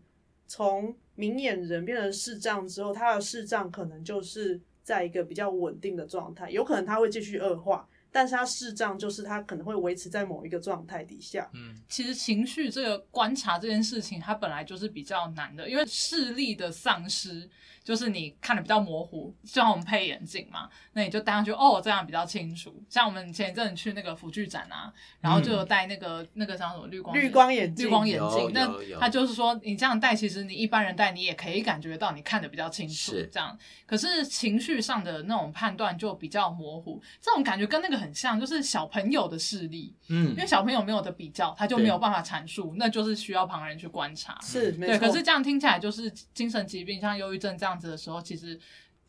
C: 从明眼人变成视障之后，他的视障可能就是在一个比较稳定的状态，有可能他会继续恶化，但是他视障就是他可能会维持在某一个状态底下。
B: 嗯，
A: 其实情绪这个观察这件事情，它本来就是比较难的，因为视力的丧失就是你看的比较模糊，就像我们配眼镜嘛，那你就戴上去哦，这样比较清楚。像我们前一阵子去那个辅具展啊，然后就有戴那个、那个叫什么绿光
C: 嗯绿光眼镜，
A: 绿光眼
B: 有
A: 镜，那
B: 有有
A: 它就是说你这样戴，其实你一般人戴你也可以感觉到你看的比较清楚
B: 是，
A: 这样。可是情绪上的那种判断就比较模糊，这种感觉跟那个很像，就是小朋友的视力。
B: 嗯
A: 因为小朋友没有的比较，他就
B: 对
A: 没有办法阐述，那就是需要旁人去观察。
C: 是没
A: 对，
C: 错。
A: 可是这样听起来就是精神疾病，像忧郁症这样子的时候，其实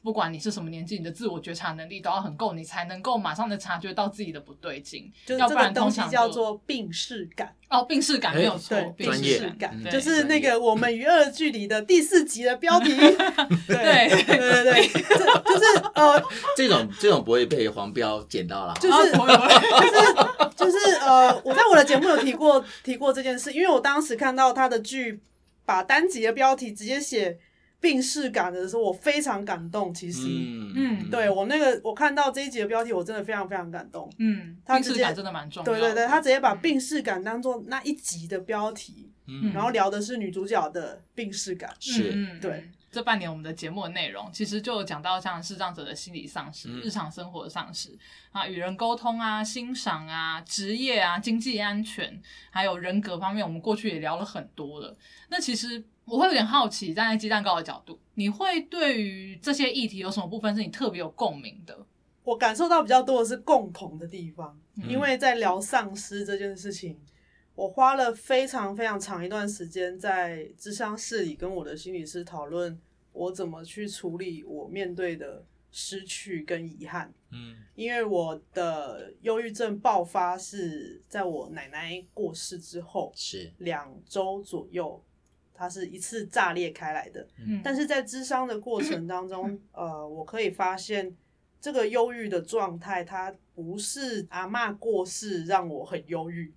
A: 不管你是什么年纪，你的自我觉察能力都要很够，你才能够马上的察觉到自己的不对劲。
C: 就是
A: 要
C: 这
A: 不
C: 个
A: 然
C: 东
A: 通
C: 西
A: 常
C: 叫
A: 就
C: 做病视感，
A: 哦，病视感
B: 哎
A: 没有错
C: 对，，
A: 病
B: 专
C: 病
B: 业
A: 视
C: 视感
A: 感，
B: 嗯
C: 就
A: 对
C: 是那个《我们与恶的距离》的第四集的标题。对
A: 对
C: 对对对，这就是呃，
B: 这种这种不会被黄标捡到了，
C: 就
A: 啊
C: 是
A: 不会不会
C: 就是呃，我在我的节目有提过 提过这件事，因为我当时看到他的剧把单集的标题直接写病逝感的时候，我非常感动。其实，
B: 嗯
A: 嗯
C: 对我那个我看到这一集的标题，我真的非常非常感动。
A: 嗯，
C: 他
A: 病
C: 直
A: 视
C: 接
A: 感真的蛮重要
C: 对
A: 的。
C: 对对，他直接把病逝感当做那一集的标题，
B: 嗯
C: 然后聊的是女主角的病逝感。
B: 是
A: 嗯，嗯
C: 对。
A: 嗯这半年我们的节目的内容，其实就有讲到像视障者的心理丧失、
B: 嗯
A: 日常生活的丧失啊，与人沟通啊、欣赏啊、职业啊、经济安全，还有人格方面，我们过去也聊了很多了。那其实我会有点好奇，站在鸡蛋糕的角度，你会对于这些议题有什么部分是你特别有共鸣的？
C: 我感受到比较多的是共同的地方，
A: 嗯
C: 因为在聊丧尸这件事情，我花了非常非常长一段时间在智商室里跟我的心理师讨论我怎么去处理我面对的失去跟遗憾。
B: 嗯
C: 因为我的忧郁症爆发是在我奶奶过世之后
B: 是
C: 两周左右，它是一次炸裂开来的。
A: 嗯，
C: 但是在咨商的过程当
B: 嗯
C: 中，呃，我可以发现这个忧郁的状态，它不是阿嬷过世让我很忧郁，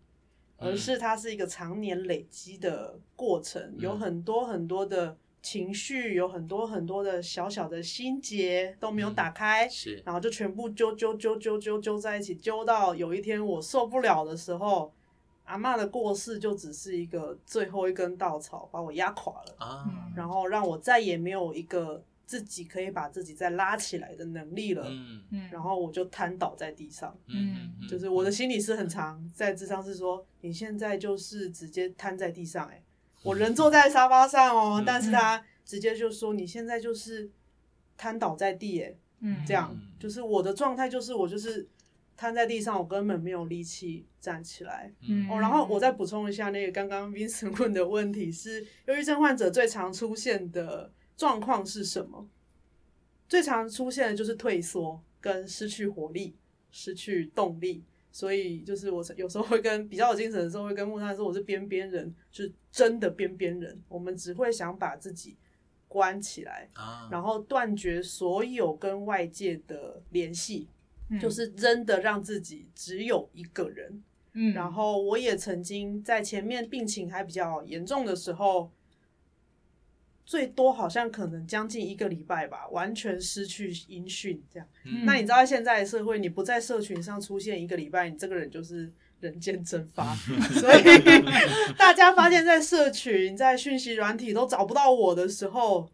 C: 而
B: 嗯
C: 是它是一个常年累积的过程，有
B: 嗯
C: 很多很多的情绪，有很多很多的小小的心结都没有
B: 嗯
C: 打开，
B: 是，
C: 然后就全部揪揪揪揪揪揪在一起，揪到有一天我受不了的时候。阿嬷的过世就只是一个最后一根稻草，把我压垮了。
B: 啊，
A: 嗯
C: 然后让我再也没有一个自己可以把自己再拉起来的能力了。
B: 嗯
A: 嗯，
C: 然后我就瘫倒在地上，
B: 嗯嗯，
C: 就是我的心理是很长，在智商是说你现在就是直接瘫在地上、欸，哎，我人坐在沙发上哦、
B: 嗯
C: 但是他直接就说你现在就是瘫倒在地、欸，
A: 嗯
C: 这样
B: 嗯
C: 就是我的状态就是我就是瘫在地上，我根本没有力气站起来。
A: 嗯
C: 哦，然后我再补充一下，那个刚刚 Vincent 问的问题是，忧郁症患者最常出现的状况是什么？最常出现的就是退缩跟失去活力、失去动力。所以就是我有时候会跟比较有精神的时候，会跟木炭说我是边边人，就是真的边边人。我们只会想把自己关起来，
A: 嗯
B: 啊，
C: 然后断绝所有跟外界的联系，
A: 嗯
C: 就是真的让自己只有一个人。
A: 嗯，
C: 然后我也曾经在前面病情还比较严重的时候，最多好像可能将近一个礼拜吧，完全失去音讯这样。
A: 嗯
C: 那你知道现在的社会，你不在社群上出现一个礼拜，你这个人就是人间蒸发。所以 大家发现，在社群、在讯息软体都找不到我的时候，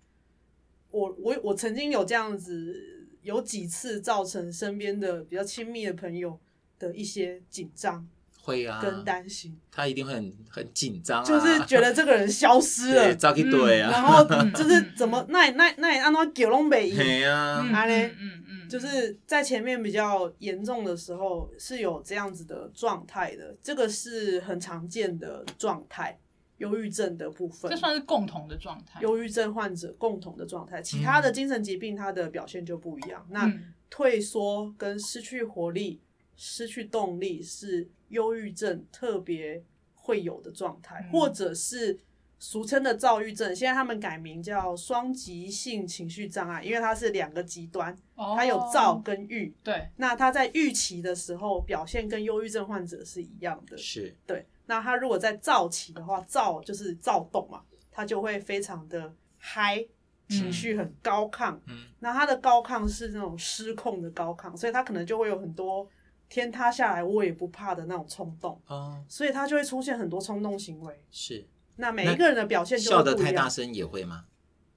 C: 我我我曾经有这样子，有几次造成身边的比较亲密的朋友的一些紧张
B: 会啊，
C: 跟担心，
B: 他一定会很很紧张啊，
C: 就是觉得这个人消失
B: 对，
C: 了，
B: 照去对
C: 然
B: 啊，
C: 后
A: 嗯
C: 就是怎么那那那安怎九龙北
B: 嘿啊，
A: 嗯
C: 啊嘞
A: 嗯嗯嗯，
C: 就是在前面比较严重的时候是有这样子的状态的，这个是很常见的状态，忧郁症的部分
A: 这，算是共同的状态。
C: 忧郁症患者共同的状态，其他的精神疾病它的表现就不一样。那
A: 嗯
C: 退缩跟失去活力、失去动力是忧郁症特别会有的状态，
A: 嗯
C: 或者是俗称的躁郁症，现在他们改名叫双极性情绪障碍，因为它是两个极端，
A: 哦
C: 它有躁，跟郁。
A: 对，
C: 那它在预期的时候表现跟忧郁症患者是一样的，
B: 是
C: 对。那它如果在躁期的话，躁就是躁动嘛，它就会非常的嗨，情绪很高亢。
B: 嗯
C: 那他的高亢是那种失控的高亢，所以他可能就会有很多天塌下来我也不怕的那种冲动，
B: 哦
C: 所以他就会出现很多冲动行为。
B: 是
C: 那每一个人的表现就
B: 笑
C: 会
B: 得
C: 不一
B: 太大
C: 样，
B: 声也会吗？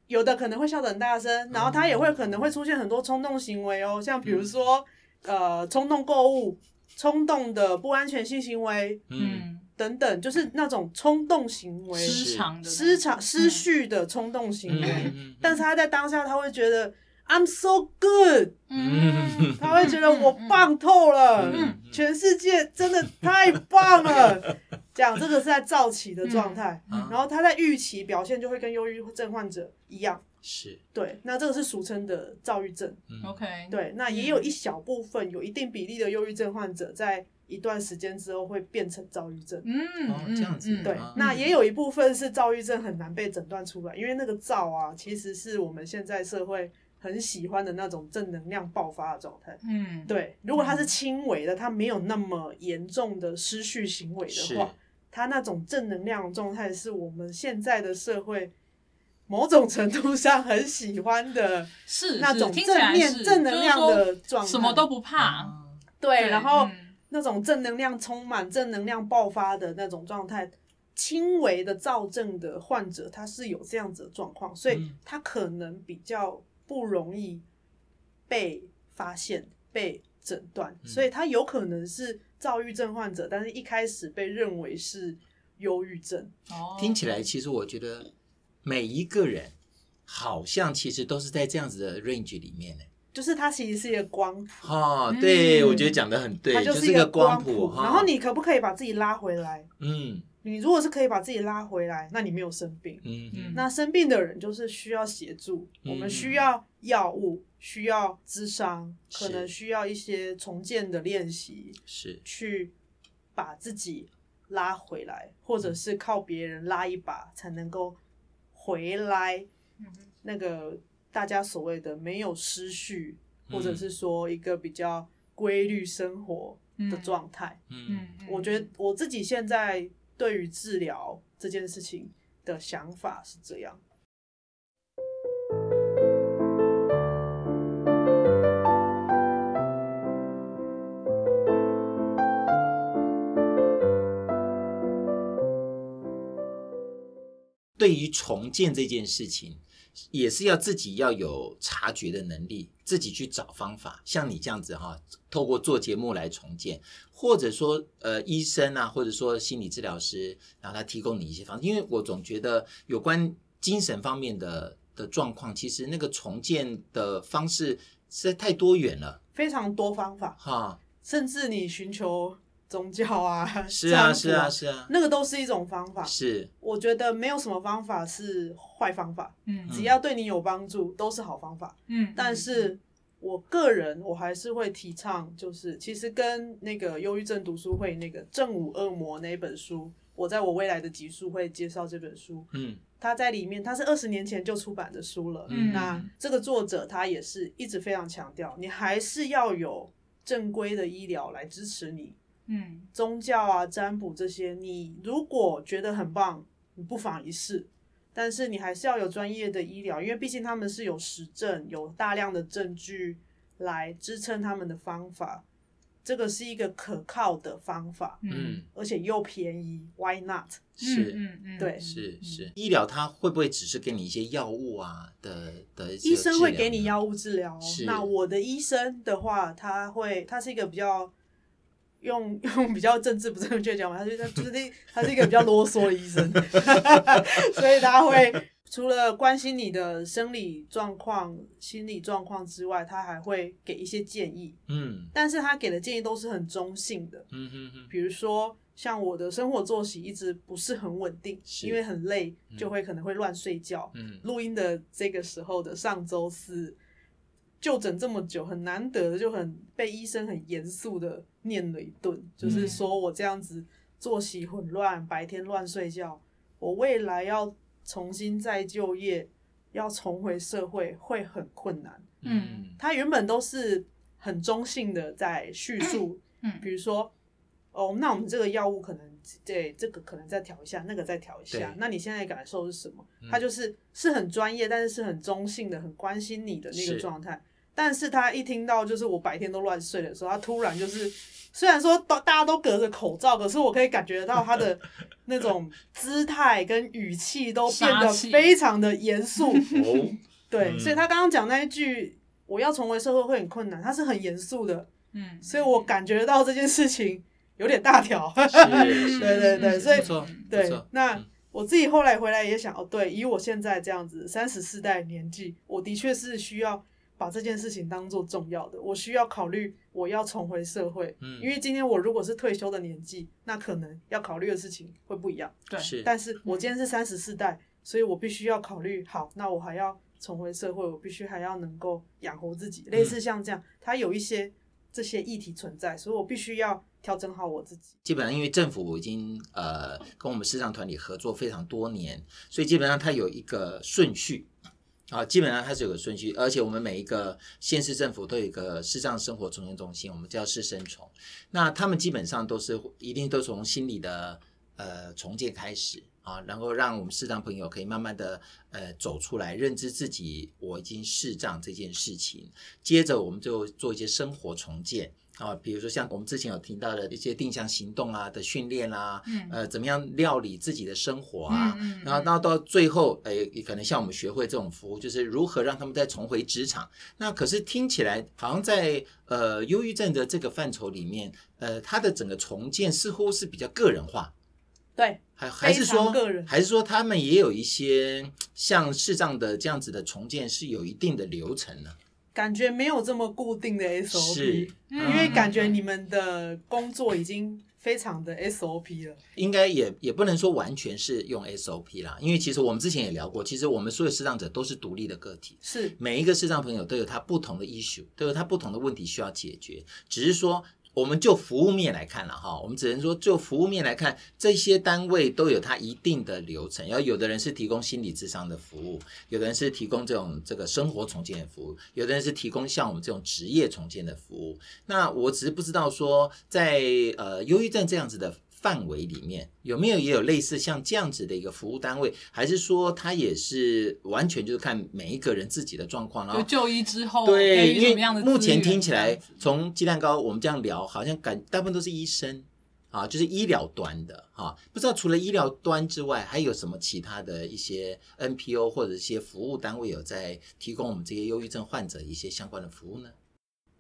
C: 有的可能会笑得很大声，然后他也
B: 哦
C: 会可能会出现很多冲动行为哦，像比
B: 嗯
C: 如说、呃冲动购物、冲动的不安全性行为
B: 嗯
A: 嗯，
C: 等等，就是那种冲动行为、
B: 是
A: 失常的嗯
C: 失常、失序的冲动行
B: 嗯
C: 为。
B: 嗯嗯
C: 但是他在当下他会觉得 I'm so good。
A: 嗯，
C: 他会觉得我棒透了，
B: 嗯嗯嗯
C: 全世界真的太棒了。这样，这个是在躁起的状态，
B: 嗯
C: 然后他在预期表现就会跟忧郁症患者一样。
B: 是
C: 对，那这个是俗称的躁郁症。
B: 嗯
A: OK，，
C: 对，那也有
A: 嗯
C: 一小部分有一定比例的忧郁症患者，在一段时间之后会变成躁郁症。
A: 嗯，
B: 哦
A: 嗯
B: 这样子
A: 嗯
C: 对
B: 啊，
C: 那也有一部分是躁郁症很难被诊断出来，因为那个躁啊，其实是我们现在社会很喜欢的那种正能量爆发的状态。
A: 嗯，
C: 对，如果他是轻微的，他没有那么严重的失序行为
B: 是
C: 的话，他那种正能量的状态是我们现在的社会某种程度上很喜欢的
A: 是
C: 那
A: 是
C: 种
A: 听起来
C: 正面
A: 是
C: 正能量的
A: 就
C: 状
A: 是说什
C: 态，
A: 么都不怕，
B: 啊
C: 对，然后
A: 嗯
C: 那种正能量充满、正能量爆发的那种状态。轻微的躁症的患者，他是有这样子的状况，所以
B: 嗯
C: 他可能比较不容易被发现、被诊断，
B: 嗯
C: 所以他有可能是躁郁症患者，但是一开始被认为是忧郁症。
A: 哦
B: 听起来，其实我觉得每一个人好像其实都是在这样子的 range 里面呢。
C: 就是它其实是一个光谱，
B: 哦
A: 嗯，
B: 对，我觉得讲的很对
C: 它，
B: 就是是
C: 一个
B: 光
C: 谱。
B: 哈。
C: 然后你可不可以把自己拉回来？
B: 嗯
C: 你如果是可以把自己拉回来，那你没有生病。
B: 嗯嗯
A: 嗯
C: 那生病的人就是需要协助，
B: 嗯
C: 我们需要药物，需要咨商，
B: 是
C: 可能需要一些重建的练习，
B: 是
C: 去把自己拉回来，或
B: 嗯
C: 者是靠别人拉一把才能够回来。
A: 嗯
C: 那个大家所谓的没有失序，
B: 嗯
C: 或者是说一个比较规律生活的状态，
B: 嗯
A: 嗯，
C: 我觉得我自己现在对于治疗这件事情的想法是这样。
B: 对于重建这件事情，也是要自己要有察觉的能力，自己去找方法。像你这样子哈，透过做节目来重建，或者说呃医生啊，或者说心理治疗师，然后他提供你一些方法。因为我总觉得有关精神方面的的状况，其实那个重建的方式实在太多元了
C: 非常多方法，
B: 哈。
C: 甚至你寻求宗教啊，
B: 是
C: 占
B: 啊，
C: 卜
B: 是啊，，是啊，
C: 那个都是一种方法。
B: 是
C: 我觉得没有什么方法是坏方法，
A: 嗯，
C: 只要对你有帮助都是好方法。
A: 嗯，
C: 但是我个人我还是会提倡，就是其实跟那个忧郁症读书会那个《正午恶魔》那一本书，我在我未来的集数会介绍这本书。
B: 嗯
C: 它在里面，它是二十年前就出版的书了。
A: 嗯
C: 那这个作者他也是一直非常强调，你还是要有正规的医疗来支持你，
A: 嗯
C: 宗教啊、占卜这些，你如果觉得很棒，你不妨一试。但是你还是要有专业的医疗，因为毕竟他们是有实证、有大量的证据来支撑他们的方法，这个是一个可靠的方法，
B: 嗯
C: 而且又便宜，Why not？
B: 是。
A: 嗯嗯，
C: 对
B: 是是，医疗它会不会只是给你一些药物啊的的一些
C: 医生会
B: 治疗
C: 给你
B: 呢
C: 药物治疗哦
B: 是。
C: 那我的医生的话，他会，他是一个比较用 用比较政治不正确讲嘛，他就他就是那他是一个比较啰嗦的医生， 所以他会除了关心你的生理状况、心理状况之外，他还会给一些建议，
B: 嗯
C: 但是他给的建议都是很中性的，
B: 嗯嗯嗯
C: 比如说。像我的生活作息一直不是很稳定，
B: 是
C: 因为很累，
B: 嗯
C: 就会可能会乱睡觉。
B: 嗯，
C: 录音的这个时候的上周四，就诊这么久，很难得，就很被医生很严肃的念了一顿，就是说我这样子作息混乱，白天乱睡觉，我未来要重新再就业，要重回社会会很困难。
A: 嗯
C: 他原本都是很中性的在叙述，
A: 嗯
C: 比如说，哦，那我们这个药物可能对这个可能再调一下，那个再调一下
B: 对，
C: 那你现在感受是什么
B: 嗯？
C: 他就是是很专业，但是是很中性的，很关心你的那个
B: 是
C: 状态。但是他一听到就是我白天都乱睡的时候，他突然就是，虽然说都大家都隔着口罩，可是我可以感觉到他的那种姿态跟语气都变
A: 杀
C: 得
A: 气
C: 非常的严肃。
B: 哦，
C: 对，
B: 嗯
C: 所以他刚刚讲那一句“我要重回社会会很困难”，他是很严肃的，
A: 嗯，
C: 所以我感觉到这件事情有点大条。
B: 是，嗯
C: 对对对所以
B: 不错，不
C: 对
B: 错，
C: 那
B: 嗯
C: 我自己后来回来也想，哦，对，以我现在这样子三十四代年纪，我的确是需要把这件事情当做重要的，我需要考虑我要重回社会，
B: 嗯
C: 因为今天我如果是退休的年纪，那可能要考虑的事情会不一样。
A: 对，
B: 是，
C: 但是我今天是三十四代，所以我必须要考虑，好，那我还要重回社会，我必须还要能够养活自
B: 嗯
C: 己，类似像这样，它有一些这些议题存在，所以我必须要调整好我自己。
B: 基本上因为政府已经呃跟我们市场团体合作非常多年，所以基本上它有一个顺序。啊，基本上它是有个顺序，而且我们每一个县市政府都有一个视障生活重建中心，我们叫市生重。那他们基本上都是一定都从心理的呃重建开始啊，然后让我们视障朋友可以慢慢的呃走出来，认知自己我已经视障这件事情。接着我们就做一些生活重建啊，比如说像我们之前有提到的一些定向行动啊的训练啦、
A: 嗯
B: 呃，怎么样料理自己的生活啊，
A: 嗯嗯
B: 然后
A: 嗯
B: 到到最后，哎，也可能像我们学会这种服务，就是如何让他们再重回职场。那可是听起来好像在呃忧郁症的这个范畴里面，呃，它的整个重建似乎是比较个人化，
C: 对，
B: 还还是
C: 非常
B: 说
C: 个人
B: 还是说他们也有一些像视障的这样子的重建是有一定的流程呢？
C: 感觉没有这么固定的
B: 是
C: SOP，，
A: 嗯
C: 因为感觉你们的工作已经非常的 SOP 了。
B: 应该也也不能说完全是用 SOP 啦，因为其实我们之前也聊过，其实我们所有视障者都是独立的个体，
C: 是，
B: 每一个视障朋友都有他不同的 issue，都有他不同的问题需要解决，只是说。我们就服务面来看了哈，我们只能说就服务面来看，这些单位都有它一定的流程。然后有的人是提供心理智商的服务，有的人是提供这种这个生活重建的服务，有的人是提供像我们这种职业重建的服务。那我只是不知道说在，呃忧郁症这样子的范围里面，有没有也有类似像这样子的一个服务单位，还是说它也是完全就是看每一个人自己的状况，然
A: 就
B: 后。
A: 就医之后哦给予
B: 对，因
A: 什么样的
B: 为目
A: 资
B: 前
A: 源
B: 听起
A: 这
B: 来
A: 样子，
B: 从鸡蛋糕我们这样聊，好像感大部分都是医生啊，就是医疗端的哈、不知道除了医疗端之外，还有什么其他的一些 NPO 或者一些服务单位有在提供我们这些忧郁症患者一些相关的服务呢？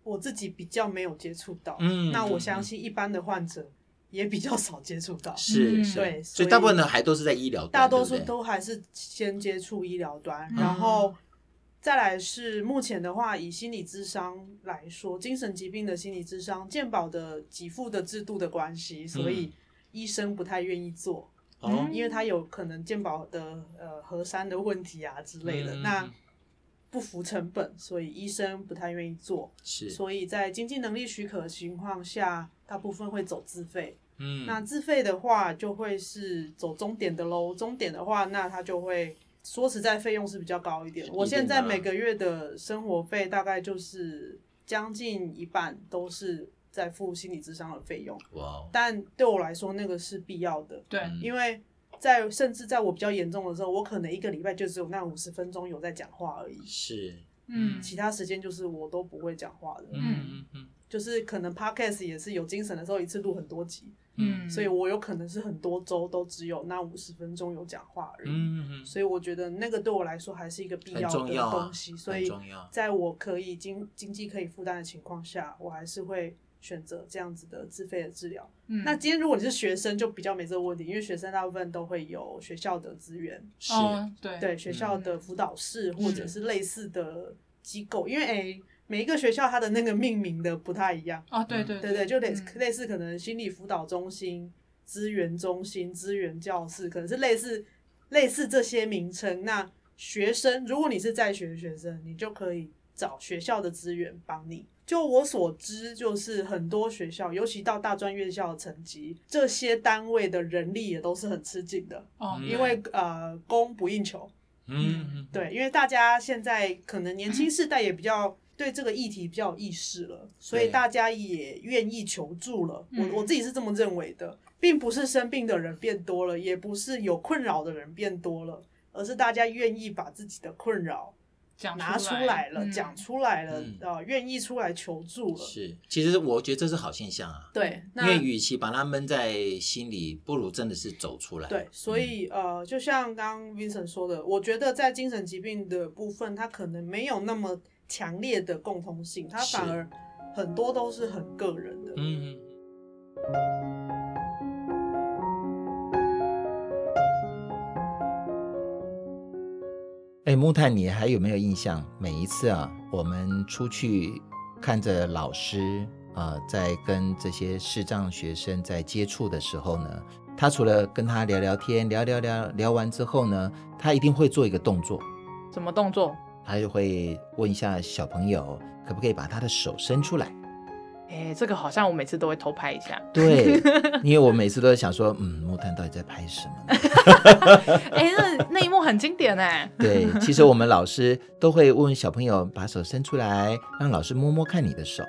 C: 我自己比较没有接触到，
B: 嗯
C: 那我相信一般的患者也比较少接触到。
B: 是，
A: 嗯
B: 是
C: 对
B: 所
C: 所
B: 以
C: 以
B: 大部分呢还都是在医疗端，
C: 大多
B: 对
C: 数
B: 不对
C: 都还是先接触医疗端，
A: 嗯
C: 然后再来是目前的话，以心理咨商来说，精神疾病的心理咨商，健保的给付的制度的关系，所
B: 嗯
C: 以医生不太愿意做，
B: 哦
A: 嗯
C: 因为他有可能健保的呃核删的问题啊之类的，
B: 嗯
C: 那不符成本，所以医生不太愿意做，
B: 是，
C: 所以在经济能力许可的情况下，大部分会走自费。
B: 嗯
C: 那自费的话，就会是走终点的喽。终点的话，那它就会说实在费用是比较高一点。
B: 定的啊
C: 我现在每个月的生活费大概就是将近一半都是在付心理咨商的费用，
B: 哇哦，
C: 但对我来说那个是必要的，
A: 对，
B: 嗯
C: 因为在甚至在我比较严重的时候，我可能一个礼拜就只有那五十分钟有在讲话而已，
B: 是，
A: 嗯，
C: 其他时间就是我都不会讲话的。
B: 嗯嗯
C: 就是可能 podcast 也是有精神的时候一次录很多集，
B: 嗯
A: 嗯，
C: 所以我有可能是很多周都只有那五十分钟有讲话而已。
B: 嗯嗯
C: 所以我觉得那个对我来说还是一个必
B: 很
C: 要
B: 重
C: 的
B: 要啊
C: 东西，，所
B: 很
C: 以
B: 重要，
C: 在我可以经经济可以负担的情况下，我还是会选择这样子的自费的治疗。
A: 嗯
C: 那今天如果你是学生，就比较没这个问题，因为学生大部分都会有学校的资源，
B: 是，
A: 哦，对
C: 对学校
B: 嗯
C: 的辅导室或者是类似的机构，因为诶、每一个学校它的那个命名的不太一样，
A: 哦，对对
C: 对对，就类
A: 嗯
C: 类似可能心理辅导中心、资源中心、资源教室，可能是类似类似这些名称。那学生，如果你是在学的学生，你就可以找学校的资源帮你。就我所知，就是很多学校，尤其到大专院校的层级，这些单位的人力也都是很吃紧的，
D: 哦，
B: 嗯
D: 对
C: 因为呃供不应求。
B: 嗯，
C: 对，因为大家现在可能年轻世代也比较对这个议题比较有意识了，所以
B: 对
C: 大家也愿意求助了。
D: 嗯
C: 我我自己是这么认为的，并不是生病的人变多了，也不是有困扰的人变多了，而是大家愿意把自己的困扰
D: 讲
C: 拿出来了，
D: 嗯
C: 讲出来了
B: 嗯，
C: 呃，愿意出来求助了。
B: 是，其实我觉得这是好现象啊，
C: 对，
B: 因
C: 那
B: 为与其把它闷在心里，不如真的是走出来。嗯
C: 对，所以呃，就像刚刚 Vincent 说的，我觉得在精神疾病的部分，它可能没有那么强烈的共通性，它
B: 是
C: 反而很多都是很个人的。
B: 嗯，嗯。哎，木炭，你还有没有印象？每一次啊，我们出去看着老师啊、呃在跟这些视障学生在接触的时候呢，他除了跟他聊聊天，聊聊聊聊完之后呢，他一定会做一个动作，
A: 什么动作？
B: 他就会问一下小朋友可不可以把他的手伸出来。
A: 哎、这个好像我每次都会偷拍一下。
B: 对， 因为我每次都在想说，嗯，木炭到底在拍什么呢？
A: 哎、那那一幕很经典哎、
B: 对，其实我们老师都会问小朋友把手伸出来，让老师摸摸看你的手。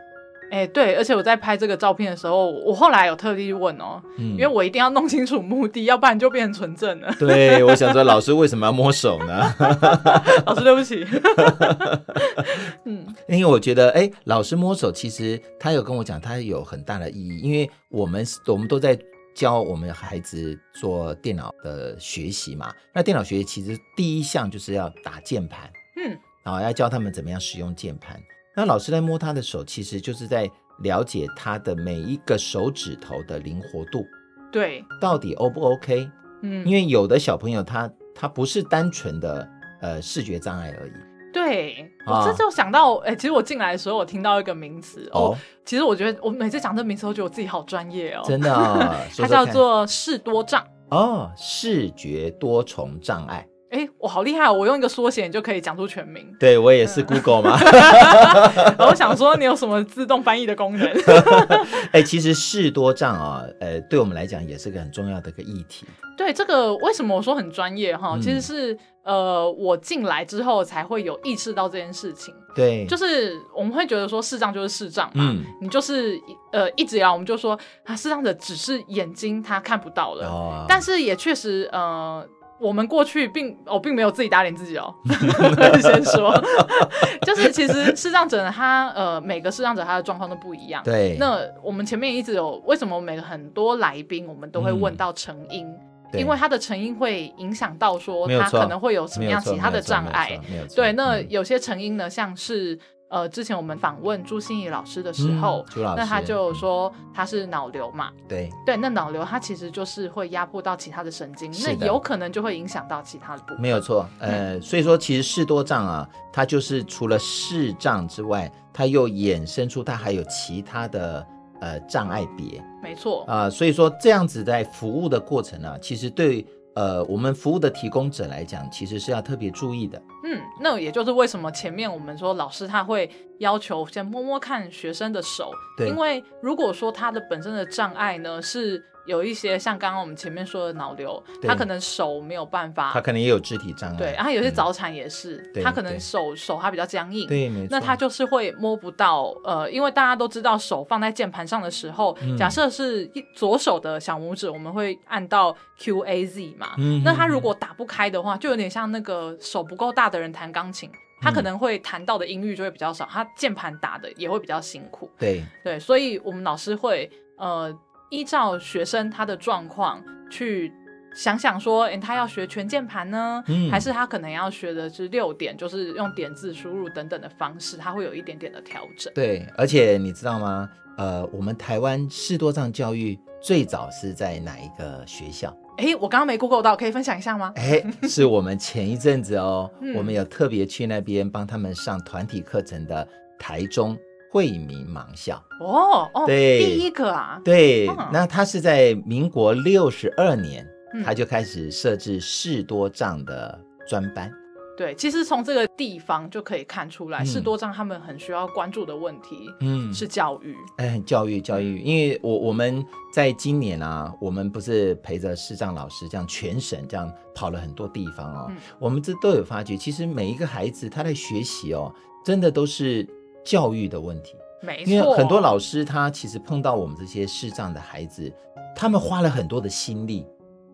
A: 哎、对，而且我在拍这个照片的时候，我后来有特地问哦、
B: 嗯。
A: 因为我一定要弄清楚目的，要不然就变成纯正了
B: 对，我想说老师为什么要摸手呢？
A: 老师，对不起。嗯，
B: 因为我觉得，哎，老师摸手其实他有跟我讲，他有很大的意义，因为我们我们都在教我们孩子做电脑的学习嘛。那电脑学习其实第一项就是要打键盘，
A: 嗯，
B: 然后要教他们怎么样使用键盘。那老师在摸他的手，其实就是在了解他的每一个手指头的灵活度
A: 对，
B: 到底 O 不 OK。
A: 嗯，
B: 因为有的小朋友他他不是单纯的呃视觉障碍而已。
A: 对，
B: 啊
A: 我这就想到，哎、其实我进来的时候，我听到一个名词哦
B: 哦，
A: 其实我觉得我每次讲这名词，都觉得我自己好专业哦。
B: 真 的哦说
A: 它
B: 说
A: 叫
B: 看
A: 做视多障。
B: 哦视觉多重障碍。。
A: 哎、我好厉害、哦，我用一个缩写你就可以讲出全名
B: 对我也
A: 嗯
B: 是 Google 嘛。
A: 然后我想说，你有什么自动翻译的功能？
B: 哎、其实视多障啊、呃，对我们来讲也是个很重要的一个议题。
A: 对这个，为什么我说很专业哈？
B: 嗯
A: 其实是呃，我进来之后才会有意识到这件事情，
B: 对，
A: 就是是我们会觉得说视障就是视障嘛。
B: 嗯
A: 你就是呃，一直以来我们就说啊，视障者只是眼睛他看不到了，
B: 哦
A: 呃但是也确实，呃，我们过去并我、并没有自己打脸自己 哦。先说， 就是其实视障者呢他呃每个视障者他的状况都不一样。
B: 对
A: 那我们前面一直有为什么每个很多来宾我们都会问到成因，
B: 嗯对
A: 因为他的成因会影响到说
B: 没有
A: 他
B: 错
A: 可能会有什么
B: 没有
A: 样
B: 错
A: 其他的障碍。，
B: 没有错没有错没有错
A: 对，那
B: 嗯
A: 有些成因呢，像是呃之前我们访问朱心怡老师的时候
B: 嗯，朱老师嗯
A: 那他就说他是脑瘤嘛，
B: 对，
A: 对，那脑瘤它其实就是会压迫到其他的神经，那
B: 是的
A: 有可能就会影响到其他的部分。
B: 没有错。呃，
A: 嗯
B: 所以说其实视多障啊，它就是除了视障之外，它又衍生出它还有其他的呃障碍别
A: 没错，
B: 啊、所以说这样子在服务的过程啊，其实对呃我们服务的提供者来讲，其实是要特别注意的。
A: 嗯，那也就是为什么前面我们说老师他会要求先摸摸看学生的手，
B: 对
A: 因为如果说他的本身的障碍呢是有一些像刚刚我们前面说的脑瘤，
B: 对
A: 他可能手没有办
B: 他
A: 法，
B: 可能也有肢体障碍，
A: 对，啊然后有些
B: 嗯
A: 早产也是，
B: 对
A: 他可能
B: 对
A: 手手他比较僵硬，
B: 对，没错，
A: 那他就是会摸不到，呃，因为大家都知道手放在键盘上的时候，
B: 嗯
A: 假设是一左手的小拇指，我们会按到 Q A Z 嘛。
B: 嗯
A: 那他如果打不开的话，就有点像那个手不够大的人弹钢琴，他可能会弹到的音域就会比较少，他键盘打的也会比较辛苦。
B: 对
A: 对，所以我们老师会呃依照学生他的状况去想想说，诶，他要学全键盘呢，
B: 嗯
A: 还是他可能要学的是六点，就是用点字输入等等的方式，他会有一点点的调整。
B: 对，而且你知道吗？呃，我们台湾视多障教育最早是在哪一个学校？
A: 诶，我刚刚没 Google 到，可以分享一下吗？
B: 哎，是我们前一阵子哦，
A: 嗯
B: 我们有特别去那边帮他们上团体课程的台中惠民盲校。
A: 哦哦，
B: 对
A: 第一个啊，
B: 对，
A: 嗯
B: 那他是在民国六十二年
A: 嗯，
B: 他就开始设置视多障的专班。
A: 对，其实从这个地方就可以看出来，
B: 嗯
A: 士多障他们很需要关注的问题
B: 嗯
A: 是嗯教育。
B: 哎，教育教育，因为我我们在今年啊，我们不是陪着视障老师这样全省这样跑了很多地方哦，
A: 嗯
B: 我们这都有发觉，其实每一个孩子他在学习哦，真的都是教育的问题，
A: 没
B: 因为
A: 错，
B: 很多老师他其实碰到我们这些视障的孩子，他们花了很多的心力，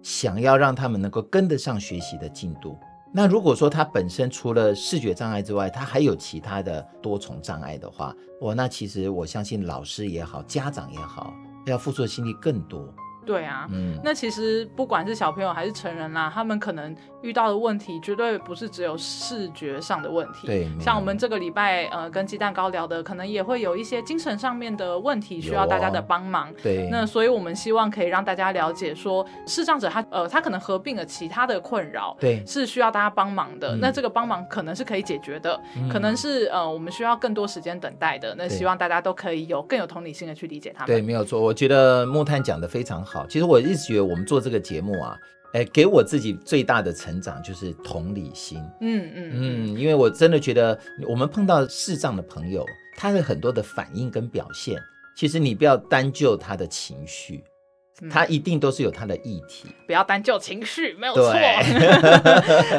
B: 想要让他们能够跟得上学习的进度。那如果说他本身除了视觉障碍之外，他还有其他的多重障碍的话，哇，那其实我相信老师也好，家长也好，要付出的心力更多。
A: 对啊，
B: 嗯，
A: 那其实不管是小朋友还是成人啦，他们可能遇到的问题绝对不是只有视觉上的问题。
B: 对没有
A: 像我们这个礼拜呃跟鸡蛋糕聊的，可能也会有一些精神上面的问题需要大家的帮忙。
B: 啊对，
A: 那所以，我们希望可以让大家了解说，视障者他呃，他可能合并了其他的困扰，
B: 对，
A: 是需要大家帮忙的。
B: 嗯
A: 那这个帮忙可能是可以解决的，可能是呃，我们需要更多时间等待的。那
B: 对
A: 希望大家都可以有更有同理心的去理解他
B: 对，
A: 们。
B: 没有错。我觉得木炭讲的非常好。其实我一直觉得我们做这个节目啊，哎，给我自己最大的成长就是同理心。
A: 嗯嗯嗯，
B: 嗯，因为我真的觉得我们碰到视障的朋友，他的很多的反应跟表现，其实你不要单就他的情绪，
A: 嗯
B: 他一定都是有他的议题。
A: 不要单就情绪，没有错。
B: 对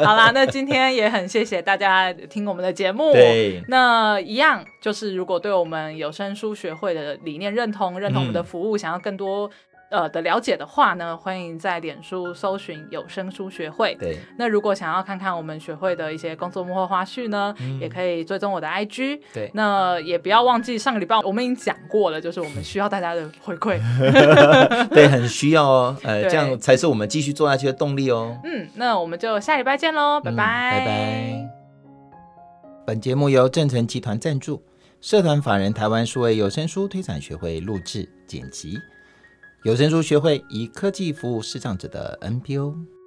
A: 好啦，那今天也很谢谢大家听我们的节目。
B: 对，
A: 那一样就是，如果对我们有声书学会的理念认同，认同我们的
B: 嗯
A: 服务，想要更多呃的了解的话呢，欢迎在脸书搜寻有声书学会。
B: 对，
A: 那如果想要看看我们学会的一些工作幕后花絮呢，
B: 嗯
A: 也可以追踪我的 IG。
B: 对，
A: 那也不要忘记上个礼拜我们已经讲过了，就是我们需要大家的回馈。
B: 对，很需要哦。呃，这
A: 对
B: 样才是我们继续做下去的动力哦。
A: 嗯，那我们就下礼拜见喽，拜
B: 嗯
A: 拜、
B: 拜拜。本节目由正成集团赞助，社团法人台湾数位有声书推展学会录制剪辑。有声书学会以科技服务视障者的 NPO。